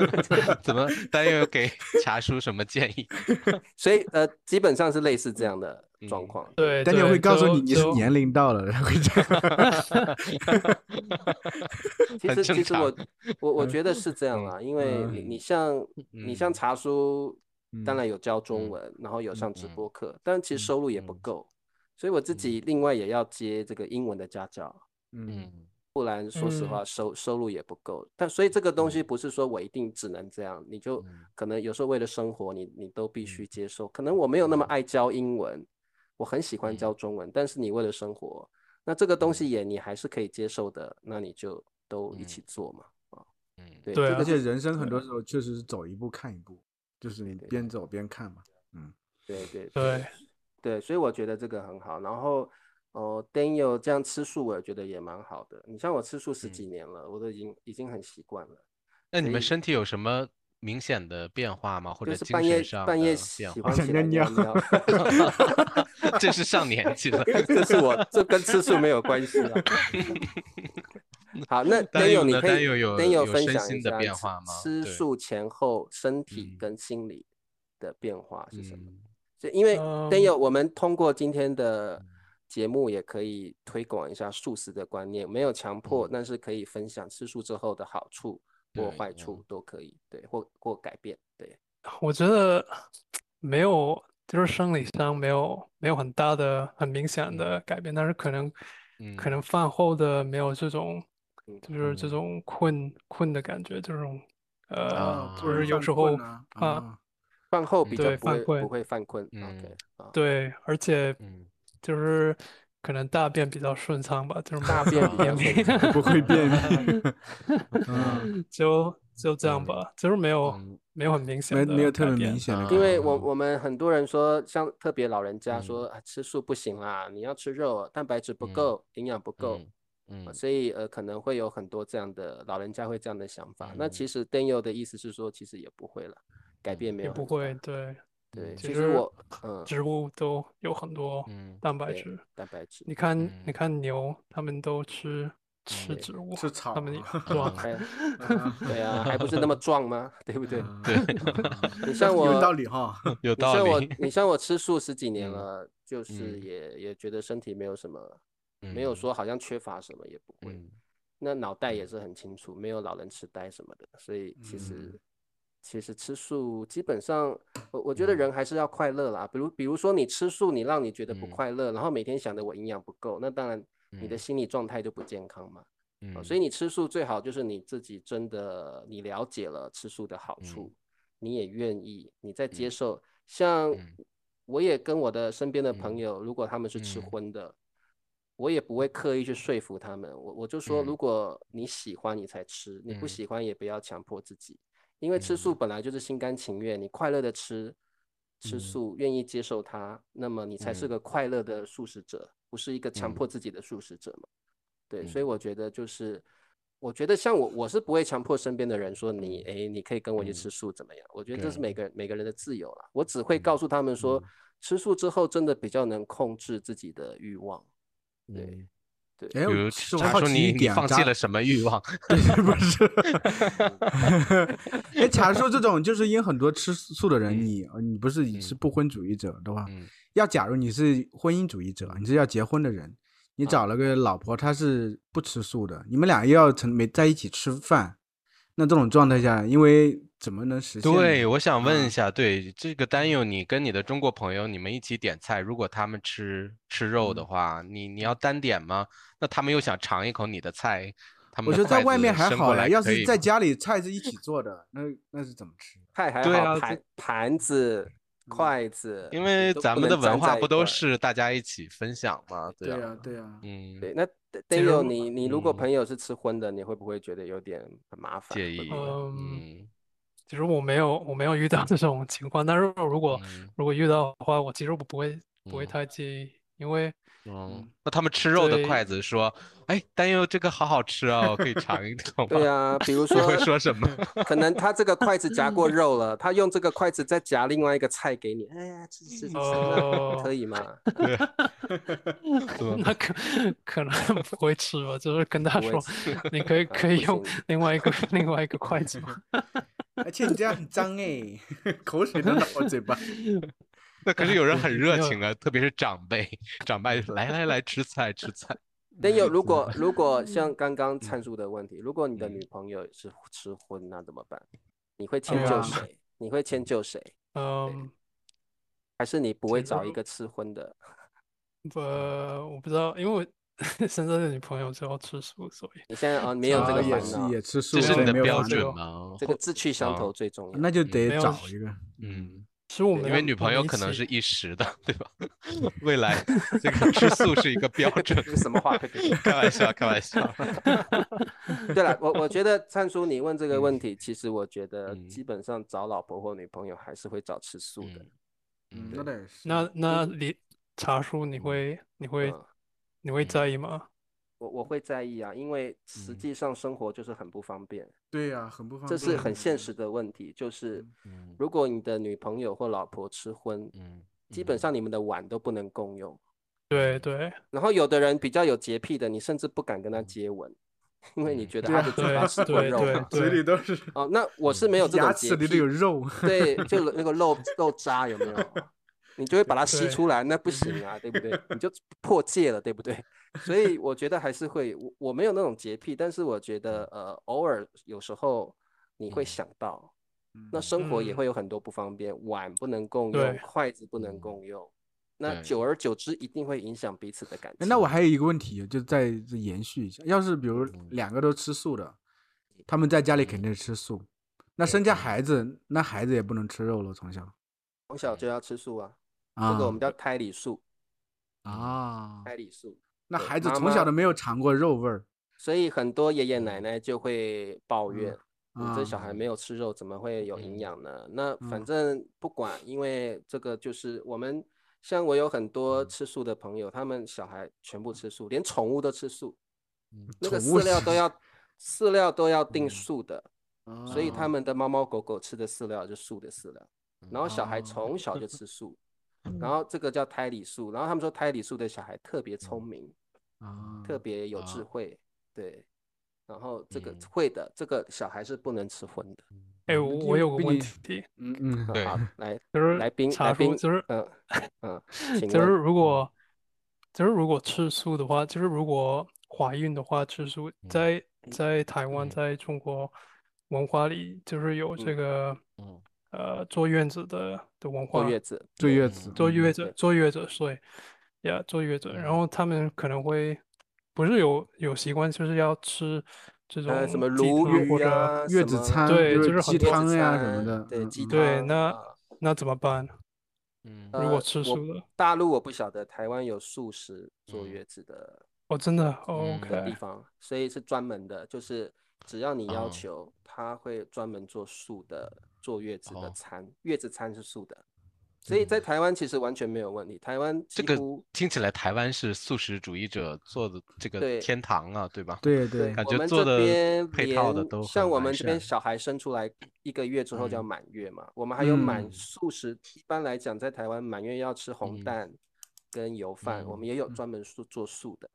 怎么丹友给茶叔什么建议？
(laughs) 所以呃，基本上是类似这样的状
嗯 (laughs)
况。
对
丹姐会
对
告诉
都
你你是
都
年龄到了，然后会这样
其
很
实
正
其实
常
我我我
嗯
觉得是这样
嗯
啦，因为你你像你像
嗯
茶叔，当
嗯
然有教中
嗯
文，然后有
嗯
上直
嗯
播课，但其实
嗯
收入也不
嗯
够，所以我自
嗯
己另外也要接这个英文的家教，
嗯
嗯
不然说实
嗯
话收收入也不够。但所以这个东西
嗯
不是说我一定只能这样，你就
嗯
可能有时候为了生活，你你都必
嗯
须接受。可能我没有那么
嗯
爱教英文，我很喜欢
嗯
教中文，但是你为了生活，那这个东
嗯
西也你还是可以接受的，那你就都一
嗯
起做嘛。啊，
嗯
对，
对
这
而
个
啊
且
是
人生很
对
多时候确实是走一步看一步，就是你
对
边走边看嘛。嗯，
对对
对，
对，所以我觉得这个很好。然后，哦，Daniel 这样吃素，我也觉得也蛮好的。你像我吃素十
嗯
几年了，我都已经已经很习惯了，
那你
所
们
以
身体有什么明显的变化吗？或
就
者
是
精
半
神
夜
上
半夜
的变
喜
化？ (laughs)
欢
想
起
尿
来尿
尿
尿， (laughs)
这是上年纪了。
这是我这跟吃素没有
(laughs)
关系啊。好，那
丹友
Daniel 你
呢？
可
丹
以
友有
Daniel
有
分
身
享一
心的
下
变
吃
化吗？
吃
对，
素前后身体
嗯
跟心理的变化是什么？
嗯
就因为
嗯
Daniel，我们通过今天的
嗯
节目也可以推广一下素食的观念，没有强迫，
嗯，
但是可以分享吃素之后的好处或
对，
坏处
嗯
都可以，对，或或改变，对，
我觉得没有，就是生理上没有没有很大的、很明显
嗯
的改变，但是可能可
嗯
能饭后的没有这种，
嗯
就是这
嗯
种困困的感觉，这种呃，
啊，
啊
不
就
容
是
易
有
犯
时
困
候
啊
饭
啊，
饭后比较
对
不
犯
会不
困，
会犯困，OK
嗯
啊，
对，而且
嗯
就是可能大便比较顺畅吧，就是
大
没
便
有
比较
便秘
顺
不会 (laughs)
(laughs)
便秘，嗯，
(laughs) 就就这样吧，就是没有
嗯
没有很明显
没
的
没有特
改
别
变
明显的
啊
感
因
觉，
为
(laughs)
我
嗯
我们很多人说，像特别老人家
嗯
说、啊、吃素不行啦，你要吃肉，蛋白质不
嗯
够，营养不够，
嗯
呃 (laughs) 所以呃可能会有很多这样的老人家会这样的想法。那
嗯
其实 Daniel 的意思是说，其实也不会了，改
嗯
变没
也
有
不
很大
会。对，
对，
其
其实
实
我嗯
植物都有很多
嗯
蛋白
对
质。
蛋白质
你看，
嗯
你看牛，它们都吃吃
对
植物，
吃草
它们
啊
是吧？
还对啊，还不是那么壮吗？ (laughs)
(laughs)
对不对？
对
对
你像
有
我
道理哈，
嗯，有
你
啊道
像我
理，，
你像我吃素十几年
嗯
了，就是
嗯
也也觉得身体没有什么，没有
嗯
说好像缺乏什么，也不会。
嗯
那脑袋也是很清楚，没有老人痴呆什么的，所以其实、
嗯
其实吃素基本上，我我
嗯
觉得人还是要快乐啦。比如比如说你吃素，你让你觉得不
嗯
快乐，然后每天想着我营养不够，那当然你的
嗯
心理状态就不健康嘛。啊
嗯，
所以你吃素最好就是你自己真的你了解了吃素的好处，你也愿意，你在接
嗯
受。像
嗯
我也跟我的身边的朋
嗯
友，如果他们是吃
嗯
荤的，我也不会刻意去说服他们。我我就说，
嗯
如果你喜欢你才吃，你不
嗯
喜欢也不要强迫自己，因为吃素
嗯
本来就是心甘情愿，你快乐的吃。吃
嗯
素，愿意接受它，那么你才是
嗯
个快乐的素食者，不是一个强
嗯
迫自己的素食者嘛。对，所以
嗯
我觉得就是，我觉得像我，我是不会强迫身边的人说你，诶，你可以跟我去
嗯
吃素怎么样？我觉得这是
对
每个人每个人的自由啦。我只会告
嗯
诉他们说
嗯，
吃素之后真的比较能控制自己的欲望。对
嗯
哎，
比
我
如
其实我
他
好
说
奇一
你你
点，
放
咱
弃
(laughs)
了什么欲望？
不
(laughs)
是，哎，假如说这种就是因为很多吃素的人，
嗯
你你不是你是
嗯
不婚主义者的话，
嗯
要假如你是婚姻主义者，你是要结婚的人，你
嗯
啊
找了个老婆，她是不吃素的，你们俩又要成没在一起吃饭，那这种状态下，因为怎么能实现呢？
对，我想问
啊
一下，对这个单友，你跟你的中国朋友，你们一起点菜，如果他们吃吃肉的
嗯
话，你你要单点吗？那他们又想尝一口你的菜，他们
我
的
觉得在
嗯筷
外面
子
还
伸
好
过
呀，
来
要
可
是
以
在
吗
家里菜是一起做的，那那是怎么吃？
菜还
对
好，
啊这嗯
盘盘子、筷子，
因
你
为
都
咱
不
们的
能
文
粘
化
在一
不都
块儿
是大家一起分享吗？对啊，
呀，对呀，
嗯，
对？那
其
Daniel，
实我
你你如果
嗯
朋友是吃荤的，你会不会觉得有点很麻烦？
介
会
意
不会？
嗯，
嗯
其实我没有我没有遇到这种情况，但是如果
嗯
如果遇到的话，我其实我不会不会
嗯
太介意，因为
嗯
嗯，
那他们吃肉的
对
筷子说，哎，丹佑这个好好吃哦，可以尝一口
对 (laughs)
吗？
啊，比
(laughs)
如
你会
说
说什么？
(laughs) 可能他这个筷子夹过肉了，他用这个筷子再夹另外一个菜给你，哎呀，吃吃吃吃，那
哦
可 (laughs) 以吗？
对，怎么
(laughs) 那可
(laughs)
可能不会吃吧，就是跟他
不会
说，
吃
你可
(laughs)
以
啊
可以
不
用
行
另外一个另外一个筷子
(laughs)
吗？
而且你这样很脏哎， (laughs) 口水都到我嘴
(laughs)
巴。
(laughs) 那可是有人很热
没有
情啊，特别是长辈， (laughs) 长辈来来来吃菜吃菜，
但有如果嗯 (laughs) 如果像刚刚阐述的问题，如果你的
嗯
女朋友是吃荤，那怎么办？你会迁
对
就
啊
谁？你会迁就谁？
嗯，
还是你不会
其实
找一个吃荤的？
呃，我不知道，因为我 (laughs) 现在的女朋友就要吃素，所以
你现在啊没有
啊 (laughs)
这个
也
烦
是
恼，
也吃素，
这是你
所以
的
没有
标
烦恼
准
恼
吗？
这个志趣相
啊
投最重要。
那就
没
得
有
找一个。
嗯，
其实我
对
们
因为
我
女朋
们
友
一
可能是
起
一时的， (laughs) 对吧？未来这个吃素是一个标准。
(laughs) 这是什么话？
(laughs) 开玩笑，开玩
(laughs)
笑。
对了，我我觉 (laughs) 得灿叔你问这个
嗯
问题，其实我觉得
嗯
基本上找老婆或女朋友还是会找吃素的。
嗯
嗯，
那得是
那那李茶叔，你
嗯
会你会
嗯
你会
嗯
在意吗？
我我会在意啊，因为实
嗯
际上生活就是很不方便，
对呀，很不方
这
便。
是很现实。的问题。就是
嗯
嗯
如果你的女朋友或老婆吃荤，
嗯，
基
嗯
本上你们的碗都不能共用。
对对，
然后有的人比较有洁癖的，你甚至不敢跟他
嗯
接吻，因为你
嗯
觉得
对
他
啊
的嘴巴吃过
对
肉
对
啊
嘛。
(laughs)
对
嘴里都
(laughs)
是，
哦，那我是没有这种
牙
洁
齿里都
癖
有肉。
对，就那个肉肉渣有没有？你就会把它吸
对
出来，那不行啊，对不对？你就破戒了，对不对？所以我觉得还是会，我我没有那种洁癖，但是我觉得呃，偶尔有时候你会
嗯
想到，那生活
嗯
也会有很多不方便，碗不能共用
对，
筷子不能
嗯
共用，那
对
久而久之一定会影响彼此的感
哎
情。
那我还有一个问题，就再再延续一下，要是比如
嗯
两个都吃素的，他们在家里肯定是吃
嗯
素，那生下孩子，那孩子也不能吃肉了，从小
从小就要吃素啊，
啊
这个我们叫胎里素。
啊，
开礼数，
那
嗯哎对
孩子
妈
从小
妈
都没有尝过肉味儿
所以很多爷爷奶奶就会抱怨，你
啊，
这小孩没有吃肉，怎么会有营养呢？那
嗯
反正不管，因为这个就是我们，像我有很
嗯
多吃素的朋友，他们小孩全部吃素，连宠物都吃素，那个
嗯宠物
饲料
吃
都
素
要饲料都要定
嗯
素的，
哦，
所以他们的猫猫狗狗吃的饲料就素的饲料，然后小孩
哦
从小
(laughs)
就吃素，
嗯
然后这个叫胎里素，然后他们说胎里素的小孩特别
嗯
聪明，
啊
特别有智
啊
慧，对。然后这个
嗯
会的，这个小孩是不能吃荤的。
哎，我我有个
毕
问
竟
题，
嗯嗯
嗯
对
好，来
就是
来宾，
查
来
出
宾，
就是
嗯嗯，请
就是
问
如果就是如果吃素的话，就是如果怀孕的话吃素，
嗯
在在台湾
嗯
在中国文化里就是有这个
嗯
呃坐月子的的文
坐
化，
月子，
坐月子
坐
嗯
月子
对，
坐月子，所以呀，坐月子，然
嗯
后他们可能会不是有有习惯，就是要吃这
呃，什
种
么
鸡
鲈鱼
汤或者
啊，
月
什
子
么
餐
对
就
就是是
鸡
很
月子
多
汤呀什么
餐
的，
对，
嗯
鸡
嗯
对，
汤
那
啊
那怎么办？
嗯
如果
呃
吃
我
素的，
大陆我不晓得，台湾有素食坐
嗯
月子的
哦，真的
嗯
，OK，
的地方，所以是专门的，就是只要你要
哦
求，他会专门做素的坐月子的
哦嗯
餐，月子餐是素的，所以在台湾其实完全没有问题，台湾
这
几
个
乎
听起来台湾是素食主义者做的这个
对
天堂啊，对吧？
对
对
对，
感
我
觉
们
做
这
的
边
配套的
连
都很
像我
完
们这边
善
小孩生出来一个月之后叫
嗯
满月嘛，我们还有满
嗯
素食，一般来讲在台湾满月要吃红
嗯
蛋跟油饭，我
嗯
们也有
嗯
专门素做素的。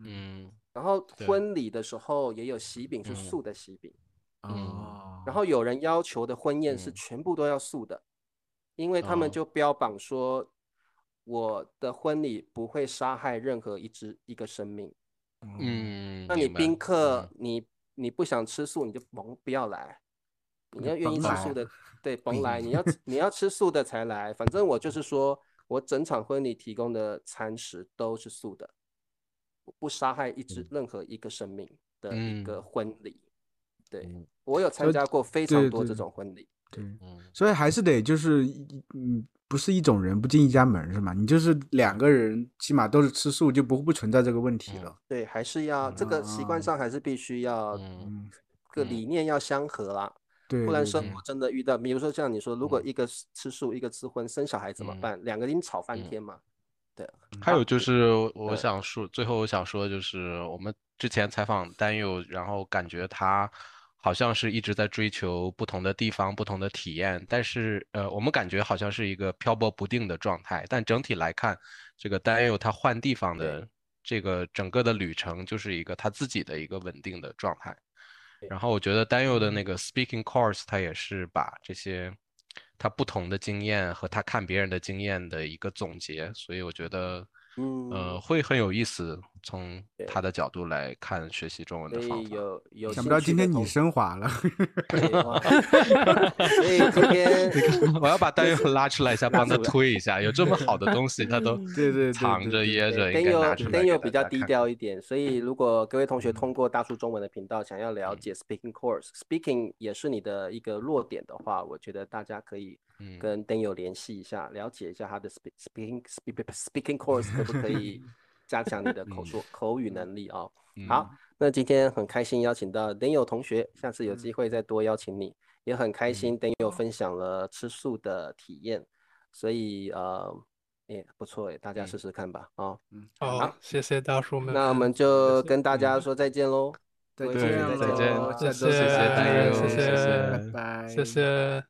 嗯
然后
对
婚礼的时候也有喜饼是
嗯
素的喜饼，
哦，
嗯然后有人要求的婚宴是
嗯
全部都要素的，因为他
哦
们就标榜说我的婚礼不会杀害任何一只一个生命。
哦
嗯，
那你
明白
宾客，你你不想吃素，你就甭不要来。你要愿意
甭
吃
来
素的，对，甭来。你要吃你要吃素的才来。反正我就是说，我整场婚礼提供的餐食都是素的，我不杀害一只任何一个生命的一
嗯
个婚礼。对
嗯
我有参
这
加过非常
对
多这
对
种婚礼，
对，
嗯
所以还是得就是一嗯，不是一种人不进一家门是吗？你就是两个人，起码都是吃素，就不不存在这个问题
嗯
了。
对，还是要这个习惯
啊
上还是必须要
嗯
嗯，
个
嗯
理念要相合啦。
对，
不然
对
生
对
活真的遇到，比如说像你说，如果
嗯
一个是吃素，一个吃荤，生小孩怎么
嗯
办？两个人吵翻
嗯
天嘛。
还有就是，我
嗯啊对
想说，最后我想说，就是我们之前采访丹佑，然后感觉他好像是一直在追求不同的地方、不同的体验，但是呃，我们感觉好像是一个漂泊不定的状态。但整体来看，这个丹佑他换地方的这个整个的旅程，就是一个他自己的一个稳定的状态。然后我觉得丹佑的那个 speaking course，他也是把这些他不同的经验和他看别人的经验的一个总结，所以我觉得，呃，
嗯
会很有意思，从
对
他的角度来看学习中文
所
的方
以
法。
有有
想
兴
不到
趣
今
的
天你
同
升华
(laughs)
了，
对哇所以今天
(laughs) 我要把丹佑拉出来一
(laughs)
下，帮他
出来嗯
推一下，有这么好的东西，他都
对对对
藏
对
着
对
掖着，
对
应该
，Dan y
拿
o
出
Dan
来
y
给
o
大
比较
家
低
看嗯
调一点，所以如果各位同学通过大叔中文的频道想要了解 speaking
嗯
course，speaking 也是你的一个弱点的话，我觉得大家可以
嗯
跟 Dan y o 联系一下，了解一下他的 spe- speaking speaking speaking course 可不
(laughs)
可以加强你的口
嗯
说口语能力啊？
嗯
好，那今天很开心邀请到 Dan y o 同学，下次有机会再多邀请你，也很开心 Dan y o 分享了吃素的体验，所以呃。也不错诶，大家
嗯
试试看吧啊！
好，谢谢大叔们，
那我们就跟大家说再见喽，
再
各位同学
对
见
再
再见
喽，
喽
下周再
谢谢
见
丹
喽
佑
谢
谢拜
谢
拜，
谢谢。